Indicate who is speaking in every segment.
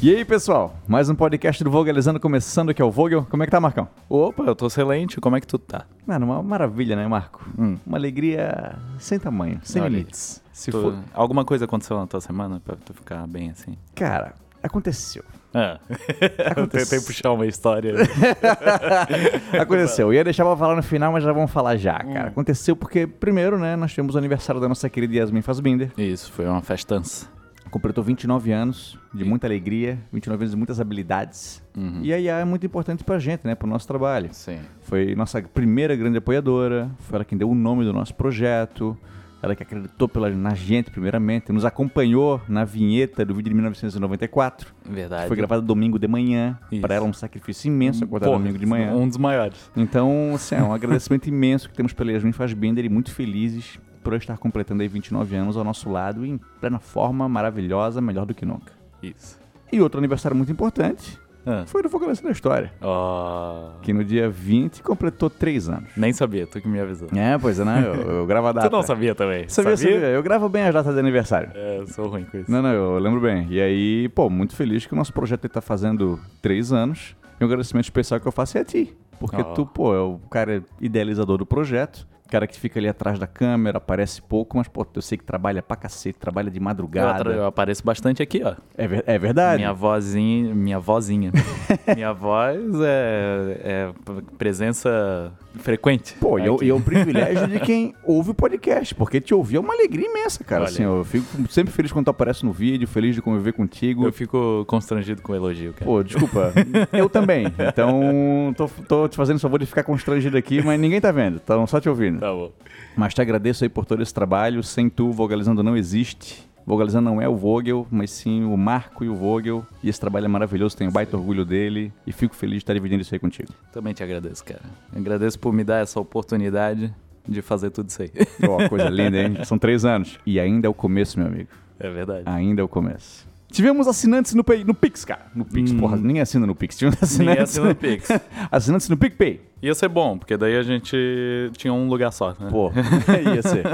Speaker 1: E aí, pessoal? Mais um podcast do Vogelizando começando, que é o Vogel. Como é que tá, Marcão?
Speaker 2: Opa, eu tô excelente. Como é que tu tá?
Speaker 1: Mano, uma maravilha, né, Marco?
Speaker 2: Hum,
Speaker 1: Uma alegria sem tamanho, sem
Speaker 2: Olha aí.
Speaker 1: limites. Se
Speaker 2: Tu-
Speaker 1: for...
Speaker 2: Alguma coisa aconteceu na tua semana pra tu ficar bem assim?
Speaker 1: Cara, aconteceu.
Speaker 2: Ah. eu
Speaker 1: Acontece.
Speaker 2: tentei puxar uma história.
Speaker 1: Aconteceu. Ia deixar pra falar no final, mas já vamos falar já, cara. Aconteceu porque, primeiro, né, nós temos o aniversário da nossa querida Yasmin Fassbinder.
Speaker 2: Isso, foi uma festança.
Speaker 1: Completou 29 anos de muita alegria, 29 anos de muitas habilidades.
Speaker 2: Uhum.
Speaker 1: E a IA é muito importante pra gente, né, pro nosso trabalho.
Speaker 2: Sim.
Speaker 1: Foi nossa primeira grande apoiadora, foi ela quem deu o nome do nosso projeto, ela que acreditou pela, na gente, primeiramente, nos acompanhou na vinheta do vídeo de 1994, que
Speaker 2: Verdade.
Speaker 1: foi gravada domingo de manhã.
Speaker 2: Isso.
Speaker 1: Para ela, um sacrifício imenso acordar
Speaker 2: Pô,
Speaker 1: domingo de manhã.
Speaker 2: Um dos maiores.
Speaker 1: Então, assim, é um agradecimento imenso que temos pela Yasmin Fazbender e muito felizes por ela estar completando aí 29 anos ao nosso lado e em plena forma, maravilhosa, melhor do que nunca.
Speaker 2: Isso.
Speaker 1: E outro aniversário muito importante
Speaker 2: Ah.
Speaker 1: foi do Fogalense da História,
Speaker 2: Ó,
Speaker 1: que no dia 20 completou 3 anos.
Speaker 2: Ah. Nem sabia, tu que me avisou.
Speaker 1: É, pois é, né? Eu, eu gravo a data.
Speaker 2: Tu não sabia também?
Speaker 1: Sabia, sabia? Eu gravo bem as datas de aniversário.
Speaker 2: É, eu sou ruim com isso.
Speaker 1: Não, não, eu lembro bem. E aí, pô, muito feliz que o nosso projeto está fazendo três anos. E um agradecimento especial que eu faço é a ti. Porque
Speaker 2: Oh.
Speaker 1: tu, pô, é o cara idealizador do projeto. Cara que fica ali atrás da câmera, aparece pouco, mas, pô, eu sei que trabalha pra cacete, trabalha de
Speaker 2: Eu, atra-
Speaker 1: madrugada.
Speaker 2: eu apareço bastante aqui, ó.
Speaker 1: É, ver- é verdade.
Speaker 2: Minha vozinha. Minha vozinha. minha voz é, é presença frequente.
Speaker 1: Pô, e eu-
Speaker 2: aqui.
Speaker 1: e é um privilégio de quem ouve o podcast, porque te ouvir é uma alegria imensa, cara.
Speaker 2: Olha
Speaker 1: Assim, eu fico sempre feliz quando tu aparece no vídeo, feliz de conviver contigo.
Speaker 2: Eu fico constrangido com o elogio, cara.
Speaker 1: Pô, desculpa. eu também. Então, tô, tô te fazendo favor de ficar constrangido aqui, mas ninguém tá vendo. Então, só te ouvindo.
Speaker 2: Tá bom.
Speaker 1: Mas te agradeço aí por todo esse trabalho. Sem tu, Vogalizando não existe. Vogalizando não é o Vogel, mas sim o Marco e o Vogel. E esse trabalho é maravilhoso, tenho baita orgulho dele. E fico feliz de estar dividindo isso aí contigo.
Speaker 2: Também te agradeço, cara. Agradeço por me dar essa oportunidade de fazer tudo isso aí.
Speaker 1: Ó, coisa linda, hein? São três anos. E ainda é o começo, meu amigo.
Speaker 2: É verdade.
Speaker 1: Ainda é o começo. Tivemos assinantes no, Pay- no Pix, cara. No Pix, porra, ninguém assina no Pix. Tivemos
Speaker 2: Hum. Ninguém
Speaker 1: assinantes,
Speaker 2: assina o Pix.
Speaker 1: assinantes no PicPay.
Speaker 2: Ia ser bom, porque daí a gente tinha um lugar só, né?
Speaker 1: Pô, ia ser.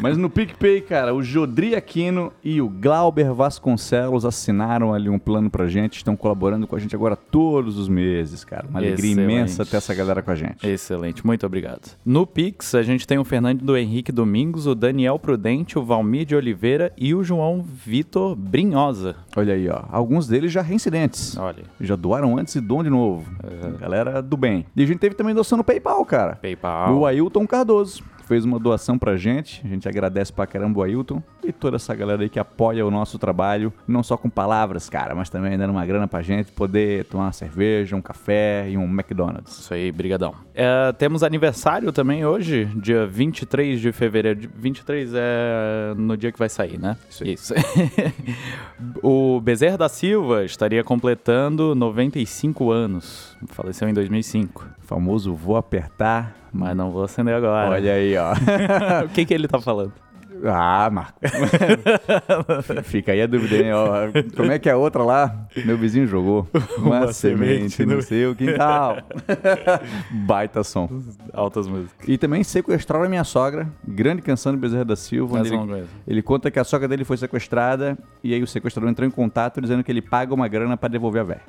Speaker 1: Mas no PicPay, cara, o Jodri Aquino e o Glauber Vasconcelos assinaram ali um plano pra gente, estão colaborando com a gente agora todos os meses, cara. Uma alegria
Speaker 2: Excelente.
Speaker 1: imensa ter essa galera com a gente.
Speaker 2: Excelente, muito obrigado. No Pix, a gente tem o Fernando do Henrique Domingos, o Daniel Prudente, o Valmir de Oliveira e o João Vitor Brinhosa.
Speaker 1: Olha aí, ó. Alguns deles já reincidentes.
Speaker 2: Olha,
Speaker 1: Já doaram antes e doam de novo. Galera do bem. E a gente teve também doação no PayPal, cara.
Speaker 2: PayPal.
Speaker 1: O Ailton Cardoso fez uma doação pra gente. A gente agradece pra caramba o Ailton e toda essa galera aí que apoia o nosso trabalho, não só com palavras, cara, mas também dando uma grana pra gente poder tomar uma cerveja, um café e um McDonald's.
Speaker 2: Isso aí, brigadão. É, temos aniversário também hoje, dia 23 de fevereiro. Di- 23 é no dia que vai sair, né?
Speaker 1: Isso aí.
Speaker 2: o Bezerra da Silva estaria completando 95 anos. Faleceu em 2005.
Speaker 1: O famoso vou apertar.
Speaker 2: Mas não vou acender agora.
Speaker 1: Olha aí, ó.
Speaker 2: o que, que ele tá falando?
Speaker 1: Ah, Marco. Fica aí a dúvida, hein? Ó, como é que é a outra lá? Meu vizinho jogou uma,
Speaker 2: Uma
Speaker 1: semente,
Speaker 2: semente
Speaker 1: no
Speaker 2: no-
Speaker 1: seu quintal. Baita som.
Speaker 2: Altas músicas.
Speaker 1: E também sequestraram a minha sogra, grande canção do Bezerra da Silva. onde
Speaker 2: Essa eu não
Speaker 1: Ele,
Speaker 2: conheço.
Speaker 1: ele conta que a sogra dele foi sequestrada e aí o sequestrador entrou em contato dizendo que ele paga uma grana pra devolver a véia.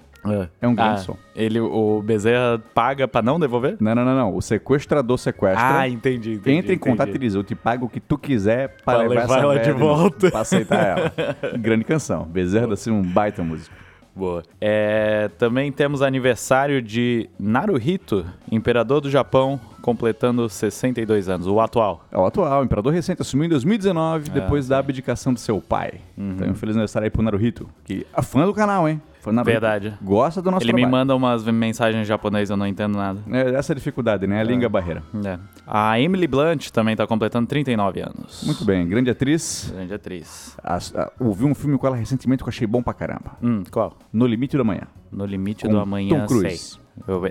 Speaker 1: É um grande
Speaker 2: Ah,
Speaker 1: som.
Speaker 2: Ele, o Bezerra paga pra não devolver?
Speaker 1: Não, não, não, não. O sequestrador sequestra.
Speaker 2: Ah, entendi. entendi
Speaker 1: Entra em contato e
Speaker 2: entendi.
Speaker 1: diz, eu te pago o que tu quiser pra,
Speaker 2: Pra levar
Speaker 1: essa
Speaker 2: ela
Speaker 1: véia
Speaker 2: de
Speaker 1: novo,
Speaker 2: volta.
Speaker 1: Pra aceitar ela. Grande canção. Bezerra da Silva, um baita músico.
Speaker 2: Boa. É, também temos aniversário de Naruhito, imperador do Japão, completando 62 anos, o atual.
Speaker 1: É o atual, o imperador recente, assumiu em 2019,
Speaker 2: Ah,
Speaker 1: depois da abdicação do seu pai.
Speaker 2: Uhum.
Speaker 1: Então, um feliz aniversário aí pro Naruhito, que é fã do canal, hein? Fã do Naruhito.
Speaker 2: Verdade.
Speaker 1: Gosta do nosso
Speaker 2: Ele me
Speaker 1: trabalho.
Speaker 2: manda umas mensagens em japonês, eu não entendo nada.
Speaker 1: É, essa é a dificuldade, né? A língua é a barreira.
Speaker 2: É. A Emily Blunt também tá completando 39 anos. é
Speaker 1: Muito bem, grande atriz.
Speaker 2: Grande atriz.
Speaker 1: As- a- ouvi um filme com ela recentemente que eu achei bom pra caramba.
Speaker 2: Hum, qual?
Speaker 1: No Limite da Manhã.
Speaker 2: No Limite
Speaker 1: Com
Speaker 2: do Amanhã
Speaker 1: Tom Cruise.
Speaker 2: 6.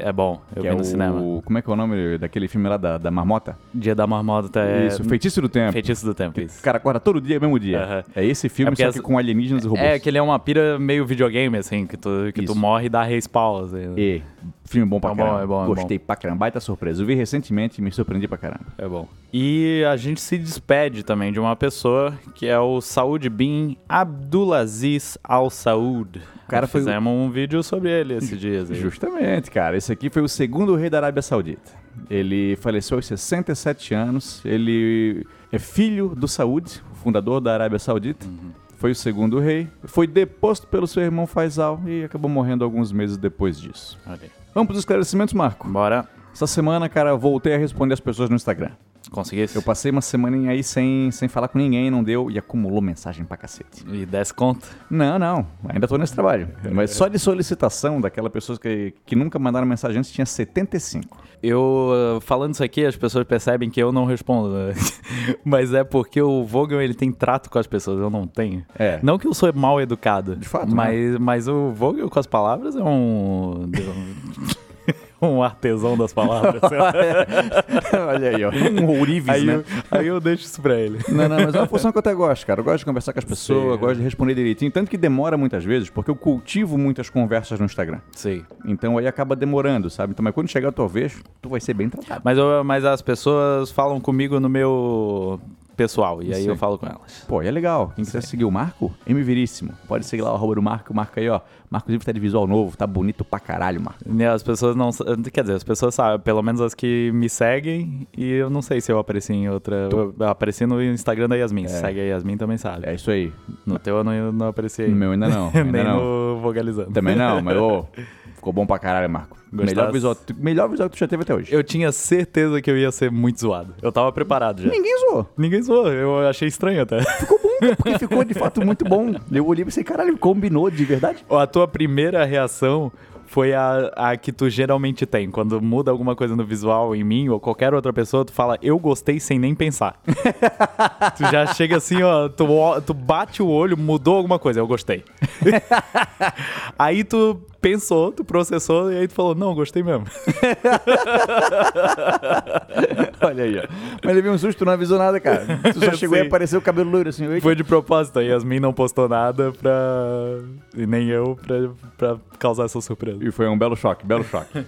Speaker 2: é bom, eu
Speaker 1: Que
Speaker 2: vi
Speaker 1: é
Speaker 2: no
Speaker 1: o...
Speaker 2: cinema.
Speaker 1: Como é que é o nome daquele filme lá da, da marmota?
Speaker 2: Dia da Marmota é...
Speaker 1: Isso, Feitiço do Tempo.
Speaker 2: Feitiço do Tempo, isso.
Speaker 1: O cara acorda todo dia, mesmo dia.
Speaker 2: Aham.
Speaker 1: É esse filme,
Speaker 2: É porque
Speaker 1: só que
Speaker 2: as-
Speaker 1: com alienígenas e robôs.
Speaker 2: É, que ele é uma pira meio videogame, assim, que tu, que
Speaker 1: Isso.
Speaker 2: tu morre e dá respawn. Assim.
Speaker 1: E Filme bom pra
Speaker 2: É bom,
Speaker 1: caramba.
Speaker 2: é bom, é bom.
Speaker 1: Gostei pra caramba. Baita surpresa. Eu vi recentemente e me surpreendi pra caramba.
Speaker 2: É bom. E a gente se despede também de uma pessoa que é o Saud bin Abdulaziz Al Saud.
Speaker 1: O cara foi o-
Speaker 2: Fizemos um vídeo sobre ele esses dias. aí.
Speaker 1: Justamente, cara. Esse aqui foi o segundo rei da Arábia Saudita. Ele faleceu aos 67 anos. Ele é filho do Saud, o fundador da Arábia Saudita. Foi o segundo rei. Foi deposto pelo seu irmão Faisal e acabou morrendo alguns meses depois disso.
Speaker 2: Olha aí.
Speaker 1: Vamos para os esclarecimentos, Marco.
Speaker 2: Bora.
Speaker 1: Essa semana, cara, eu voltei a responder as pessoas no Instagram.
Speaker 2: Consegui?
Speaker 1: Eu passei uma semaninha aí sem, sem falar com ninguém, não deu, e acumulou mensagem pra cacete.
Speaker 2: E 10 conto.
Speaker 1: Não, não, ainda tô nesse trabalho. Mas só de solicitação daquela pessoa que, que nunca mandaram mensagem antes tinha 75.
Speaker 2: Eu, uh, falando isso aqui, as pessoas percebem que eu não respondo. né? Mas é porque o Vogel, ele tem trato com as pessoas, eu não tenho.
Speaker 1: É.
Speaker 2: Não que eu sou mal educado.
Speaker 1: De fato, né?
Speaker 2: Mas, mas o Vogel com as palavras é um... um artesão das palavras.
Speaker 1: Olha aí, ó. Um ourives,
Speaker 2: aí,
Speaker 1: né?
Speaker 2: eu, aí eu deixo isso pra ele.
Speaker 1: Não, não, mas é uma função que eu até gosto, cara. Eu gosto de conversar com as pessoas,
Speaker 2: Sim.
Speaker 1: gosto de responder direitinho. Tanto que demora muitas vezes, porque eu cultivo muitas conversas no Instagram.
Speaker 2: Sei.
Speaker 1: Então aí acaba demorando, sabe? Então, mas quando chegar a tua vez, tu vai ser bem tratado.
Speaker 2: Mas, eu- mas as pessoas falam comigo no meu pessoal, e aí
Speaker 1: Sim.
Speaker 2: eu falo com elas.
Speaker 1: Pô, e é legal. Quem quiser seguir o Marco, M Veríssimo. Pode seguir lá o arroba do Marco. Marco aí, ó. Marco Livre tá de visual novo, tá bonito pra caralho, Marco.
Speaker 2: Né, As pessoas não. sa- Quer dizer, as pessoas sabem, pelo menos as que me seguem, e eu não sei se eu apareci em outra. Eu apareci no Instagram da Yasmin. Se segue a Yasmin também sabe.
Speaker 1: É isso aí.
Speaker 2: No teu eu não, eu não apareci aí.
Speaker 1: No meu ainda não. Ainda
Speaker 2: Nem
Speaker 1: não.
Speaker 2: no Vogalizando.
Speaker 1: Também não, mas ô, ficou bom pra caralho, Marco. Melhor visual, melhor visual que tu já teve até hoje.
Speaker 2: Eu tinha certeza que eu ia ser muito zoado. Eu tava preparado já.
Speaker 1: Ninguém zoou.
Speaker 2: Ninguém zoou, eu achei estranho até.
Speaker 1: Porque ficou de fato muito bom. Eu olhei e pensei, caralho, combinou de verdade?
Speaker 2: A tua primeira reação foi a, a que tu geralmente tem. Quando muda alguma coisa no visual em mim ou qualquer outra pessoa, tu fala, eu gostei sem nem pensar. tu já chega assim, ó, tu, ó- tu bate o olho, mudou alguma coisa, eu gostei. aí tu pensou, tu processou e aí tu falou, não, gostei mesmo.
Speaker 1: Olha aí, ó. Mas levei um susto, não avisou nada, cara. Tu só
Speaker 2: Eu
Speaker 1: chegou
Speaker 2: sei.
Speaker 1: e apareceu o cabelo loiro assim. Eita,
Speaker 2: Foi de propósito, a Yasmin não postou nada pra... E nem eu pra, pra causar essa surpresa.
Speaker 1: E foi um belo choque, belo choque.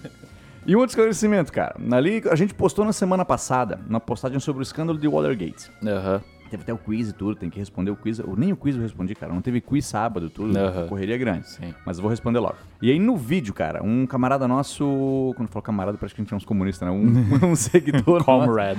Speaker 1: E um outro esclarecimento, cara. Ali a gente postou na semana passada uma postagem sobre o escândalo de Watergate.
Speaker 2: Aham.
Speaker 1: Teve até o quiz e tudo, tem que responder o quiz. Eu, nem o quiz eu respondi, cara. Não teve quiz sábado, tudo.
Speaker 2: Aham.
Speaker 1: Correria é grande.
Speaker 2: Sim.
Speaker 1: Mas eu vou responder logo. E aí no vídeo, cara, um camarada nosso. Quando eu falo camarada, parece que a gente é uns comunistas, né? Um, um seguidor. nosso-
Speaker 2: Comrade.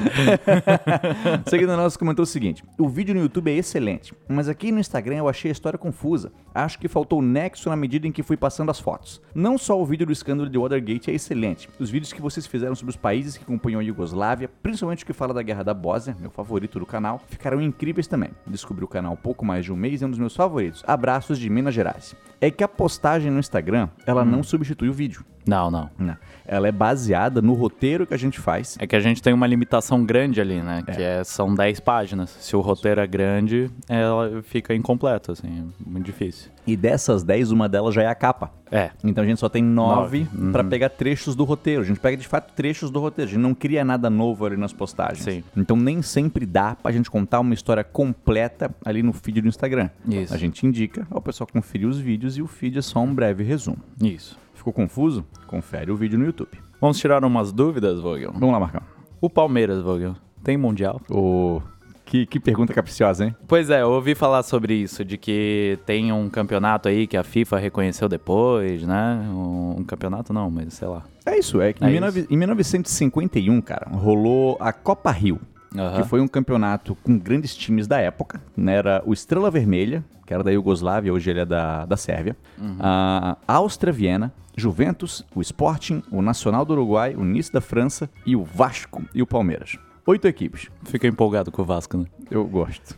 Speaker 1: Um seguidor nosso comentou o seguinte: o vídeo no YouTube é excelente, mas aqui no Instagram eu achei a história confusa. Acho que faltou nexo na medida em que fui passando as fotos. Não só o vídeo do escândalo de Watergate é excelente, os vídeos que vocês fizeram sobre os países que compunham a Iugoslávia, principalmente o que fala da Guerra da Bósnia, meu favorito do canal, ficaram incríveis também. Descobri o canal há pouco mais de um mês e é um dos meus favoritos. Abraços de Minas Gerais. É que a postagem no Instagram, ela não substitui o vídeo.
Speaker 2: Não, não.
Speaker 1: né? Ela é baseada no roteiro que a gente faz
Speaker 2: É que a gente tem uma limitação grande ali, né? Que é- são 10 páginas. Se o roteiro é grande, ela fica incompleto, assim. é Muito difícil.
Speaker 1: e dessas 10, uma delas já é a capa.
Speaker 2: É.
Speaker 1: Então a gente só tem nove, Uhum.
Speaker 2: Nove.
Speaker 1: pra pegar trechos do roteiro. A gente pega de fato trechos do roteiro. A gente não cria nada novo ali nas postagens.
Speaker 2: Sim.
Speaker 1: Então nem sempre dá pra gente contar uma história completa ali no feed do Instagram.
Speaker 2: Isso.
Speaker 1: A gente indica ao pessoal conferir os vídeos e o feed é só um breve resumo.
Speaker 2: Isso.
Speaker 1: Ficou confuso? Confere o vídeo no YouTube.
Speaker 2: Vamos tirar umas dúvidas, Vogel?
Speaker 1: Vamos lá, Marcão.
Speaker 2: O Palmeiras, Vogel, tem mundial?
Speaker 1: Ô, Que, que pergunta capciosa, hein?
Speaker 2: Pois é, eu ouvi falar sobre isso, de que tem um campeonato aí que a FIFA reconheceu depois, né? Um, um campeonato não, mas sei lá.
Speaker 1: É isso, é que em,
Speaker 2: É
Speaker 1: 19 em 1951, cara, rolou a Copa Rio.
Speaker 2: Aham.
Speaker 1: que foi um campeonato com grandes times da época. né? Era o Estrela Vermelha, que era da Iugoslávia, hoje ele é da, da Sérvia. A Áustria Viena, Juventus, o Sporting, o Nacional do Uruguai, o Nice da França e o Vasco e o Palmeiras. Oito equipes.
Speaker 2: Fica empolgado com o Vasco, né?
Speaker 1: Eu gosto.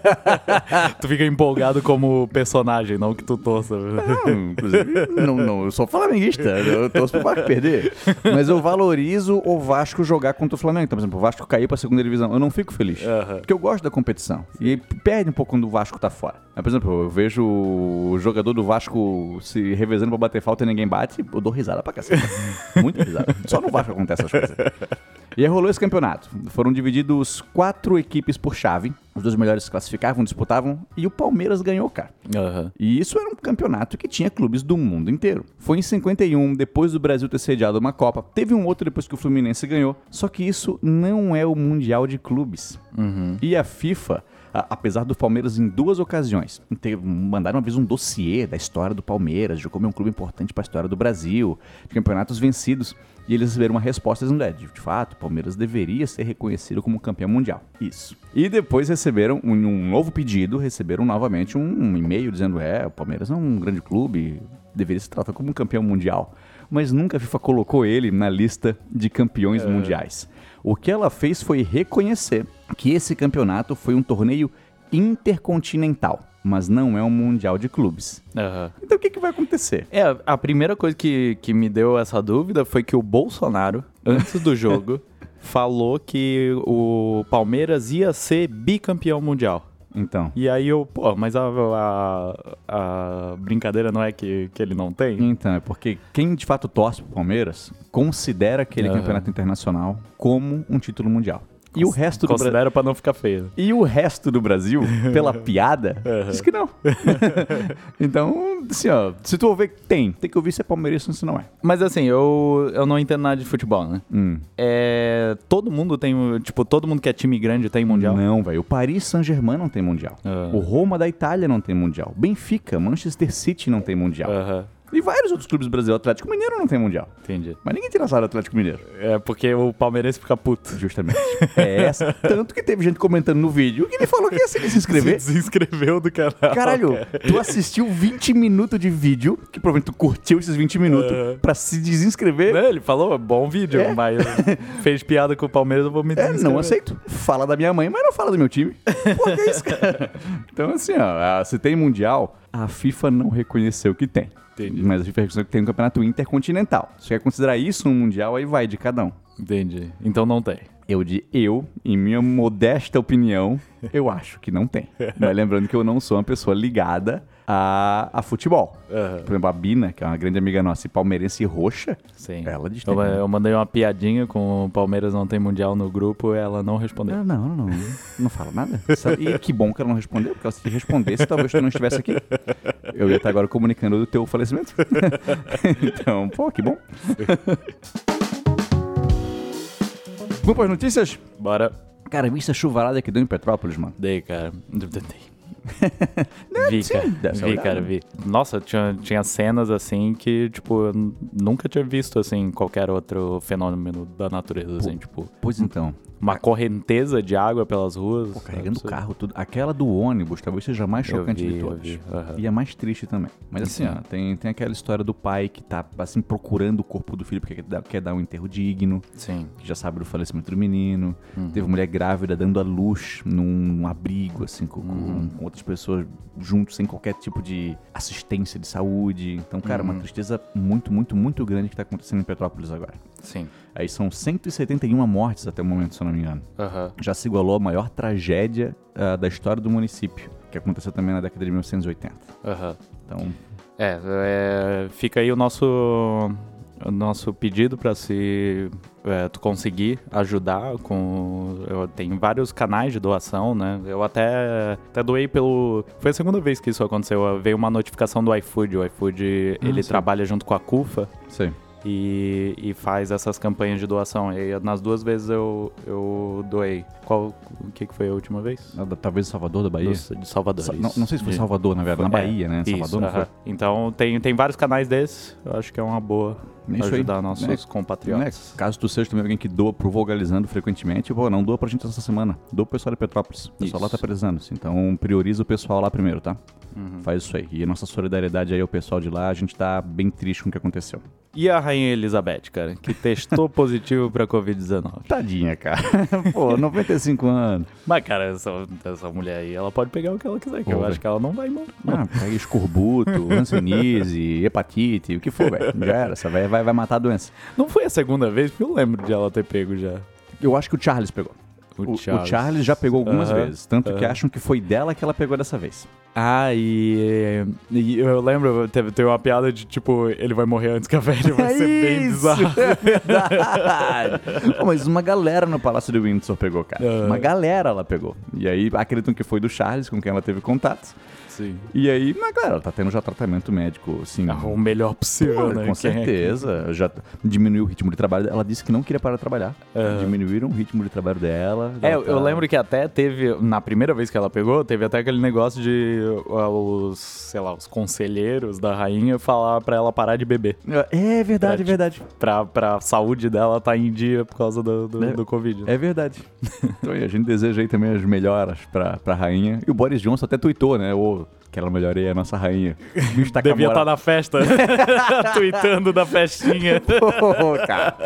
Speaker 2: tu fica empolgado como personagem, não que tu torça.
Speaker 1: Não, inclusive, não, não, eu sou flamenguista. Eu torço pro Vasco perder. Mas eu valorizo o Vasco jogar contra o Flamengo. Então, por exemplo, o Vasco cair pra segunda divisão. Eu não fico feliz.
Speaker 2: Aham.
Speaker 1: Porque eu gosto da competição. E aí perde um pouco quando o Vasco tá fora. Mas, por exemplo, eu vejo o jogador do Vasco se revezando pra bater falta e ninguém bate. Eu dou risada pra cacete. Muita risada. Só no Vasco acontece essas coisas. E aí rolou esse campeonato. Foram divididos quatro equipes por chave. Os dois melhores se classificavam, disputavam e o Palmeiras ganhou, cara.
Speaker 2: Aham.
Speaker 1: E isso era um campeonato que tinha clubes do mundo inteiro. Foi em 51, depois do Brasil ter sediado uma Copa. Teve um outro depois que o Fluminense ganhou. Só que isso não é o Mundial de Clubes. E a FIFA. a- Apesar do Palmeiras em duas ocasiões ter- mandaram uma vez um dossiê da história do Palmeiras, de como é um clube importante para a história do Brasil, de campeonatos vencidos, e eles receberam uma resposta dizendo: é, de fato, o Palmeiras deveria ser reconhecido como campeão mundial. Isso. E depois receberam um, um novo pedido, receberam novamente um, um e-mail dizendo: é, o Palmeiras é um grande clube, deveria se tratar como um campeão mundial. Mas nunca a FIFA colocou ele na lista de campeões mundiais. O que ela fez foi reconhecer que esse campeonato foi um torneio intercontinental, mas não é um mundial de clubes.
Speaker 2: Aham.
Speaker 1: Então o que, que vai acontecer?
Speaker 2: É, a primeira coisa que, que me deu essa dúvida foi que o Bolsonaro, antes do jogo, falou que o Palmeiras ia ser bicampeão mundial.
Speaker 1: Então.
Speaker 2: E aí eu, pô, mas a, a, a brincadeira não é que, que ele não tem?
Speaker 1: Então, é porque quem de fato torce pro Palmeiras considera aquele
Speaker 2: Aham.
Speaker 1: campeonato internacional como um título mundial. E o resto do Brasil.
Speaker 2: Considera pra não ficar feio.
Speaker 1: E o resto do Brasil, pela piada,
Speaker 2: Aham.
Speaker 1: diz que não. então, assim, ó, se tu ouvir que tem, tem que ouvir se é palmeirense ou se não é.
Speaker 2: Mas assim, eu, eu não entendo nada de futebol, né?
Speaker 1: Hum.
Speaker 2: É, todo mundo tem, tipo, todo mundo que é time grande tem mundial.
Speaker 1: Não, velho. O Paris Saint-Germain não tem mundial.
Speaker 2: Ah.
Speaker 1: O Roma da Itália não tem mundial. Benfica, Manchester City não tem mundial.
Speaker 2: Aham,
Speaker 1: E vários outros clubes brasileiros. Atlético Mineiro não tem mundial.
Speaker 2: entendi.
Speaker 1: Mas ninguém tira sarro do Atlético Mineiro.
Speaker 2: É porque o palmeirense fica puto.
Speaker 1: Justamente. É essa. Tanto que teve gente comentando no vídeo que ele falou que ia se se inscrever.
Speaker 2: Se desinscreveu do canal.
Speaker 1: Caralho,
Speaker 2: cara.
Speaker 1: tu assistiu 20 minutos de vídeo, que provavelmente tu curtiu esses 20 minutos,
Speaker 2: Aham.
Speaker 1: pra se desinscrever.
Speaker 2: Né, ele falou, bom vídeo,
Speaker 1: É.
Speaker 2: mas fez piada com o Palmeiras, eu vou me
Speaker 1: É,
Speaker 2: desinscrever.
Speaker 1: não aceito. Fala da minha mãe, mas não fala do meu time. Por que isso, cara? Então, assim, ó, a- se tem Mundial, a FIFA não reconheceu que tem.
Speaker 2: Entendi.
Speaker 1: Mas a FIFA reconheceu que tem um campeonato intercontinental. Se quer considerar isso um Mundial, aí vai de cada um.
Speaker 2: Entendi. Então não tem.
Speaker 1: Eu, de eu, em minha modesta opinião, eu acho que não tem. Mas lembrando que eu não sou uma pessoa ligada a, a futebol.
Speaker 2: Aham.
Speaker 1: Por exemplo, a Bina, que é uma grande amiga nossa e palmeirense roxa,
Speaker 2: Sim.
Speaker 1: É, ela diz que
Speaker 2: Eu,
Speaker 1: tem. né?
Speaker 2: eu mandei uma piadinha com o Palmeiras não tem mundial no grupo, ela não respondeu.
Speaker 1: Não, não, não, não. Não fala nada. Sabe- E que bom que ela não respondeu, porque se respondesse, talvez tu não estivesse aqui. Eu ia estar agora comunicando do teu falecimento. Então, pô, que bom. Vamos para as notícias?
Speaker 2: Bora.
Speaker 1: Cara, vista chuvarada que deu em Petrópolis, mano.
Speaker 2: Dei, cara. Dei. Vi,
Speaker 1: sim,
Speaker 2: cara.
Speaker 1: dessa
Speaker 2: Vi,
Speaker 1: olhada.
Speaker 2: cara, vi. Nossa, tinha, tinha cenas assim que, tipo, eu n- nunca tinha visto assim em qualquer outro fenômeno da natureza, assim, tipo,
Speaker 1: Pois então,
Speaker 2: uma correnteza de água pelas ruas. sabe?
Speaker 1: carregando o
Speaker 2: Isso-
Speaker 1: carro, tudo. Aquela do ônibus talvez seja a mais
Speaker 2: Eu
Speaker 1: chocante
Speaker 2: vi,
Speaker 1: de
Speaker 2: eu
Speaker 1: todas.
Speaker 2: vi, aham. É
Speaker 1: E a mais triste também. Mas assim, ó, tem, tem aquela história do pai que tá, assim, procurando o corpo do filho porque quer dar, quer dar um enterro digno.
Speaker 2: Sim.
Speaker 1: que já sabe do falecimento do menino.
Speaker 2: Uhum.
Speaker 1: Teve uma mulher grávida dando à luz num abrigo, assim, com, com-
Speaker 2: Uhum.
Speaker 1: com outras pessoas juntos, sem qualquer tipo de assistência de saúde. Então, cara,
Speaker 2: Uhum.
Speaker 1: uma tristeza muito, muito, muito grande que tá acontecendo em Petrópolis agora.
Speaker 2: Sim.
Speaker 1: Aí são 171 mortes até o momento, se eu não me engano.
Speaker 2: Aham.
Speaker 1: Já se igualou a maior tragédia ah, da história do município, que aconteceu também na década de 1980.
Speaker 2: Aham.
Speaker 1: Então,
Speaker 2: É, é, fica aí o nosso, o nosso pedido para se é, tu conseguir ajudar com eu, tem vários canais de doação, né? Eu até até doei pelo foi a segunda vez que isso aconteceu. Veio uma notificação do iFood. O iFood ele
Speaker 1: Ah, sim.
Speaker 2: trabalha junto com a Cufa
Speaker 1: sei.
Speaker 2: e, e faz essas campanhas de doação. E nas duas vezes eu, eu doei. Qual o que, que foi a última vez?
Speaker 1: Talvez Salvador é da Bahia.
Speaker 2: Do- de Salvador.
Speaker 1: Sa-
Speaker 2: isso.
Speaker 1: não, não sei se foi
Speaker 2: De-
Speaker 1: Salvador, na verdade. Na
Speaker 2: é,
Speaker 1: Bahia, né?
Speaker 2: isso,
Speaker 1: Salvador não foi.
Speaker 2: aham. Então tem, tem vários canais desses, eu acho que é uma boa
Speaker 1: Isso aí.
Speaker 2: ajudar nossos
Speaker 1: É,
Speaker 2: compatriotas.
Speaker 1: Né? Caso tu seja também alguém que doa pro Vogalizando frequentemente, pô, não doa pra gente essa semana. Doa pro pessoal de Petrópolis. O pessoal
Speaker 2: Isso. Uhum.
Speaker 1: lá tá precisando. assim, Então prioriza o pessoal lá primeiro, tá? Faz isso aí. E a nossa solidariedade aí ao pessoal de lá, a gente tá bem triste com o que aconteceu.
Speaker 2: E a Rainha Elizabeth, cara, que testou positivo pra Covid-19.
Speaker 1: Tadinha, cara. Pô, 95 anos.
Speaker 2: Mas, cara, essa, essa mulher aí, ela pode pegar o que ela quiser, que
Speaker 1: Ô,
Speaker 2: eu
Speaker 1: velho.
Speaker 2: acho que ela não vai embora.
Speaker 1: Ah, pega escorbuto, hanseníase, hepatite, o que for, velho. Já era, essa velha vai, vai matar a doença.
Speaker 2: Não foi a segunda vez, porque eu lembro de ela ter pego já.
Speaker 1: Eu acho que o Charles pegou. O, o Charles já pegou algumas
Speaker 2: Aham,
Speaker 1: vezes, tanto que
Speaker 2: aham.
Speaker 1: acham que foi dela que ela pegou dessa vez.
Speaker 2: Ah, e, e eu lembro, teve, teve uma piada de tipo, ele vai morrer antes que a velha, vai ser bem bizarro.
Speaker 1: É verdade. Pô, mas uma galera no Palácio de Windsor pegou, cara.
Speaker 2: Ah.
Speaker 1: Uma galera ela pegou. E aí acreditam que foi do Charles com quem ela teve contato.
Speaker 2: Sim.
Speaker 1: E aí, mas claro, ela tá tendo já tratamento médico, sim.
Speaker 2: O melhor possível, né?
Speaker 1: Com
Speaker 2: Quem é que-
Speaker 1: certeza. Já diminuiu o ritmo de trabalho. Ela disse que não queria parar de trabalhar.
Speaker 2: Aham.
Speaker 1: Diminuíram o ritmo de trabalho dela.
Speaker 2: É,
Speaker 1: Ela tá-
Speaker 2: eu lembro que até teve, na primeira vez que ela pegou, teve até aquele negócio de uh, os, sei lá, os conselheiros da rainha falar pra ela parar de beber.
Speaker 1: É verdade, é
Speaker 2: Prático.
Speaker 1: verdade.
Speaker 2: Pra, pra saúde dela tá em dia por causa do, do,
Speaker 1: É.
Speaker 2: do Covid. né?
Speaker 1: É verdade. Então aí, a gente deseja aí também as melhoras pra, pra rainha. E o Boris Johnson até tuitou, né? Ou que ela melhorei é a nossa rainha. O bicho tá com a
Speaker 2: Devia estar
Speaker 1: moral-
Speaker 2: na festa, tweetando da festinha.
Speaker 1: Pô, cara.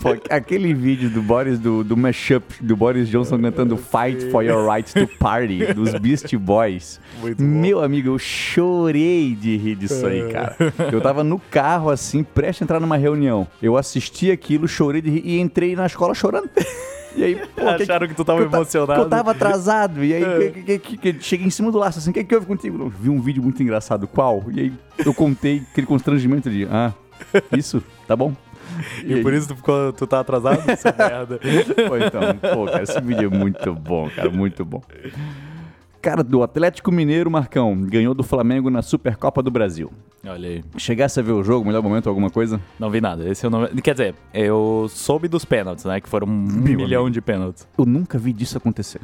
Speaker 1: Pô, aquele vídeo do Boris, do, do mashup, do Boris Johnson cantando Fight for Your Right to Party, dos Beast Boys.
Speaker 2: Muito bom. É.
Speaker 1: Meu amigo, eu chorei de rir disso aí, cara. Eu tava no carro, assim, prestes a entrar numa reunião. Eu assisti aquilo, chorei de rir e entrei na escola chorando. E aí, pô, que que-
Speaker 2: Acharam que tu tava
Speaker 1: eu ta-
Speaker 2: emocionado.
Speaker 1: que Eu tava atrasado. E
Speaker 2: É.
Speaker 1: aí, que, que, que, que- que- cheguei em cima do laço assim: o que, que houve contigo? Eu vi um vídeo muito engraçado. Qual? E aí, eu contei aquele constrangimento de: ah, isso, tá bom.
Speaker 2: E, por isso tu, ficou, tu tá atrasado, essa merda.
Speaker 1: Pô, então, pô, cara, esse vídeo é muito bom, cara, muito bom. Cara, do Atlético Mineiro, Marcão, ganhou do Flamengo na Supercopa do Brasil.
Speaker 2: Olha aí.
Speaker 1: Chegasse a ver o jogo, melhor momento, alguma coisa?
Speaker 2: Não vi nada. Esse eu não... Quer dizer, eu soube dos pênaltis, né? Que foram um milhão de pênaltis.
Speaker 1: Eu nunca vi disso acontecer.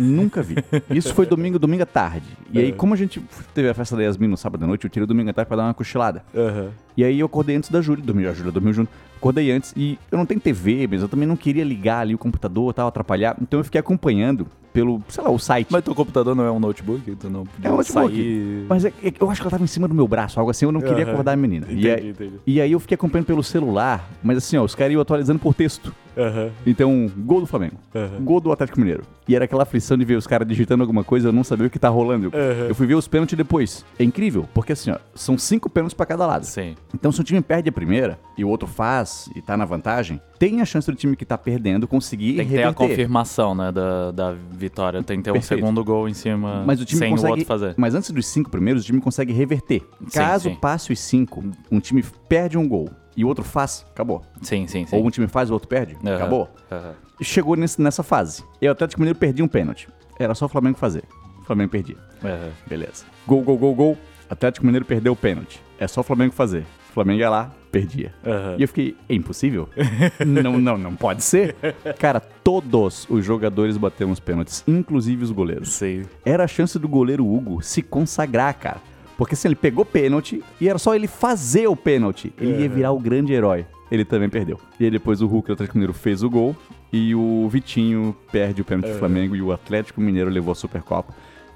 Speaker 1: nunca vi. Isso foi domingo, domingo à tarde. E
Speaker 2: É.
Speaker 1: aí, como a gente teve a festa da Yasmin no sábado à noite, eu tirei o domingo à tarde pra dar uma cochilada.
Speaker 2: Aham.
Speaker 1: E aí eu acordei antes da Júlia, dormi, a Júlia dormiu junto. Acordei antes e eu não tenho TV, mas eu também não queria ligar ali o computador, tal, atrapalhar. Então eu fiquei acompanhando pelo, sei lá, o site.
Speaker 2: Mas teu computador não é um notebook? Tu não podia
Speaker 1: É um notebook.
Speaker 2: sair...
Speaker 1: Mas é- é que eu acho que ela tava em cima do meu braço, algo assim, eu não queria
Speaker 2: Aham.
Speaker 1: acordar a menina. e,
Speaker 2: Entendi,
Speaker 1: aí,
Speaker 2: entendi.
Speaker 1: e aí eu fiquei acompanhando pelo celular, mas assim, ó, os caras iam atualizando por texto.
Speaker 2: Aham.
Speaker 1: Então, gol do Flamengo,
Speaker 2: Aham.
Speaker 1: gol do Atlético Mineiro. E era aquela aflição de ver os caras digitando alguma coisa, eu não sabia o que tá rolando.
Speaker 2: Aham.
Speaker 1: Eu fui ver os pênaltis depois. É incrível, porque assim, ó, são cinco pênaltis pra cada lado.
Speaker 2: Sim.
Speaker 1: Então, se um time perde a primeira e o outro faz e tá na vantagem, tem a chance do time que tá perdendo conseguir
Speaker 2: Tem que ter a
Speaker 1: reverter.
Speaker 2: confirmação, né, da, da vitória. Tem que ter um
Speaker 1: Perfeito.
Speaker 2: segundo gol em cima
Speaker 1: Mas o time
Speaker 2: sem
Speaker 1: consegue.
Speaker 2: o outro fazer.
Speaker 1: Mas antes dos cinco primeiros, o time consegue reverter. Caso
Speaker 2: sim.
Speaker 1: passe os cinco, um time perde um gol e o outro faz, acabou.
Speaker 2: Sim, sim, sim.
Speaker 1: Ou um time faz e o outro perde,
Speaker 2: Aham.
Speaker 1: acabou.
Speaker 2: Aham.
Speaker 1: Chegou nesse- nessa fase. E o Atlético Mineiro perdia um pênalti. Era só o Flamengo fazer. O Flamengo perdia.
Speaker 2: Aham.
Speaker 1: Beleza. Gol, gol, gol, gol. Atlético Mineiro perdeu o pênalti. É só o Flamengo fazer. O Flamengo ia lá, perdia.
Speaker 2: Aham.
Speaker 1: E eu fiquei, é impossível? não, não, não pode ser. Cara, todos os jogadores bateram os pênaltis, inclusive os goleiros.
Speaker 2: Sim.
Speaker 1: Era a chance do goleiro Hugo se consagrar, cara. Porque assim, ele pegou pênalti e era só ele fazer o pênalti. Ele ia virar o grande herói. Ele também perdeu. E aí depois o Hulk, o Atlético Mineiro, fez o gol. E o Vitinho perde o pênalti do Flamengo. E o Atlético Mineiro levou a Supercopa.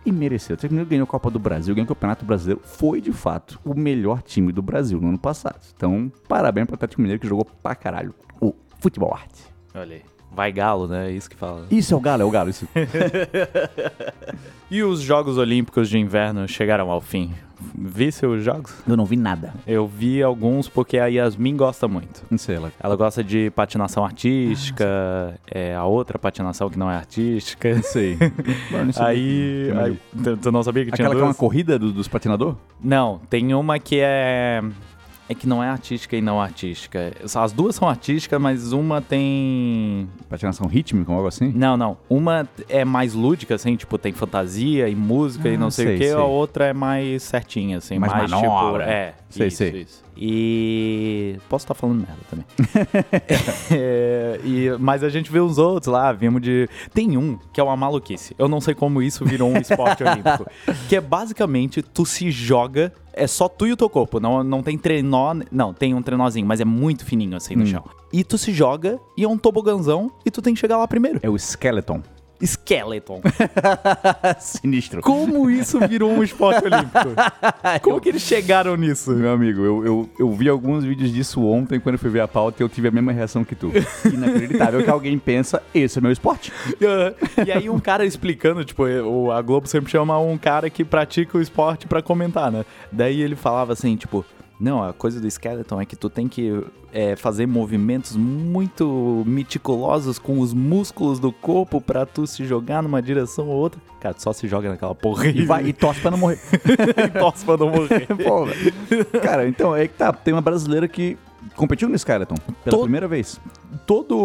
Speaker 1: E mereceu. O Atlético Mineiro ganhou a Copa do Brasil, ganhou o Campeonato Brasileiro. Foi, de fato, o melhor time do Brasil no ano passado. Então, parabéns pro Atlético Mineiro que jogou pra caralho. O futebol arte.
Speaker 2: Olha aí. Vai galo, né? É isso que fala.
Speaker 1: Isso é o galo, é o galo. Isso.
Speaker 2: E os Jogos Olímpicos de Inverno chegaram ao fim. Vi seus jogos?
Speaker 1: Eu não vi nada.
Speaker 2: Eu vi alguns porque a Yasmin gosta muito.
Speaker 1: Não sei, ela
Speaker 2: Ela gosta de patinação
Speaker 1: Ah,
Speaker 2: artística, é a outra patinação que não é artística.
Speaker 1: Sei. é
Speaker 2: Aí, aí- tu, tu não sabia que
Speaker 1: Aquela
Speaker 2: tinha
Speaker 1: que é uma
Speaker 2: duas?
Speaker 1: corrida do- dos patinador?
Speaker 2: Não, tem uma que é é que não é artística e não artística. As duas são artísticas, mas uma tem
Speaker 1: Patinação rítmica ou algo assim?
Speaker 2: Não, não. Uma é mais lúdica, assim, tipo, tem fantasia e música e
Speaker 1: Ah,
Speaker 2: não sei,
Speaker 1: sei,
Speaker 2: o quê. A
Speaker 1: sei.
Speaker 2: outra é mais certinha, assim,
Speaker 1: Mais
Speaker 2: mais,
Speaker 1: manobra.
Speaker 2: tipo. É,
Speaker 1: Sei,
Speaker 2: isso,
Speaker 1: sei.
Speaker 2: isso. E. Posso estar falando merda também. É, e- Mas a gente vê uns outros lá, vimos de. Tem um que é uma maluquice. Eu não sei como isso virou um esporte olímpico. Que é basicamente tu se joga. É só tu e o teu corpo, não, não tem trenó. Não, tem um trenózinho, mas é muito fininho assim no
Speaker 1: Hum.
Speaker 2: chão. E tu se joga e é um tobogãzão e tu tem que chegar lá primeiro.
Speaker 1: É o skeleton.
Speaker 2: Skeleton.
Speaker 1: Sinistro.
Speaker 2: Como isso virou um esporte olímpico? Como que eles chegaram nisso?
Speaker 1: Meu amigo, eu, eu, eu vi alguns vídeos disso ontem quando eu fui ver a pauta e eu tive a mesma reação que tu. Inacreditável que alguém pensa, esse é meu esporte.
Speaker 2: e aí um cara explicando, tipo, o- a Globo sempre chama um cara que pratica o esporte pra comentar, né? Daí ele falava assim, tipo, Não, a coisa do Skeleton é que tu tem que é, fazer movimentos muito meticulosos com os músculos do corpo pra tu se jogar numa direção ou outra. Cara, tu só se joga naquela porra né?
Speaker 1: E, vai, e torce pra não morrer.
Speaker 2: e torce pra não morrer.
Speaker 1: Pô, velho. cara, então é que tá. Tem uma brasileira que competiu no Skeleton pela
Speaker 2: To-
Speaker 1: primeira vez.
Speaker 2: Todo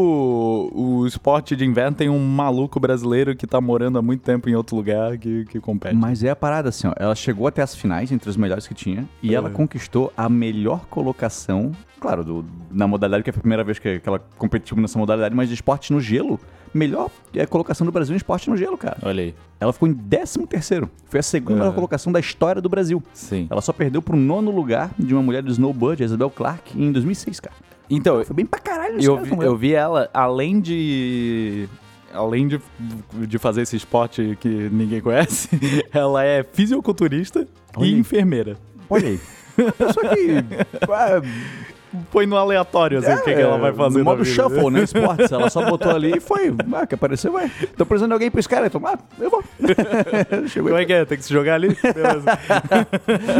Speaker 2: o esporte de inverno tem um maluco brasileiro que tá morando há muito tempo em outro lugar que, que compete.
Speaker 1: Mas é a parada assim, ó. Ela chegou até as finais, entre os melhores que tinha, e ela
Speaker 2: Uhum.
Speaker 1: conquistou a melhor colocação, claro, do- na modalidade, que é a primeira vez que, que ela competiu nessa modalidade, mas de esporte no gelo. Melhor é, colocação do Brasil em esporte no gelo, cara.
Speaker 2: Olha aí.
Speaker 1: Ela ficou em 13º. Foi a segunda melhor
Speaker 2: Uhum.
Speaker 1: colocação da história do Brasil.
Speaker 2: Sim.
Speaker 1: Ela só perdeu pro nono lugar de uma mulher do snowboard, a Isabel Clark, em 2006, cara.
Speaker 2: Então,
Speaker 1: Foi bem pra caralho
Speaker 2: eu
Speaker 1: cara,
Speaker 2: vi,
Speaker 1: como é.
Speaker 2: eu vi ela, além de. Além de, de fazer esse esporte que ninguém conhece, ela é fisiculturista
Speaker 1: Olha
Speaker 2: e
Speaker 1: aí.
Speaker 2: enfermeira.
Speaker 1: Olha aí. Só que. ah,
Speaker 2: Põe no aleatório, assim, o que, que ela vai fazer.
Speaker 1: É, No
Speaker 2: na
Speaker 1: modo
Speaker 2: vida.
Speaker 1: shuffle, né? Esportes. Ela só botou ali e foi. Ah, que apareceu, vai. Tô precisando de alguém pro Skeleton. Ah, eu vou. Chegou
Speaker 2: Como é
Speaker 1: aí.
Speaker 2: que é? Tem que se jogar ali? Beleza.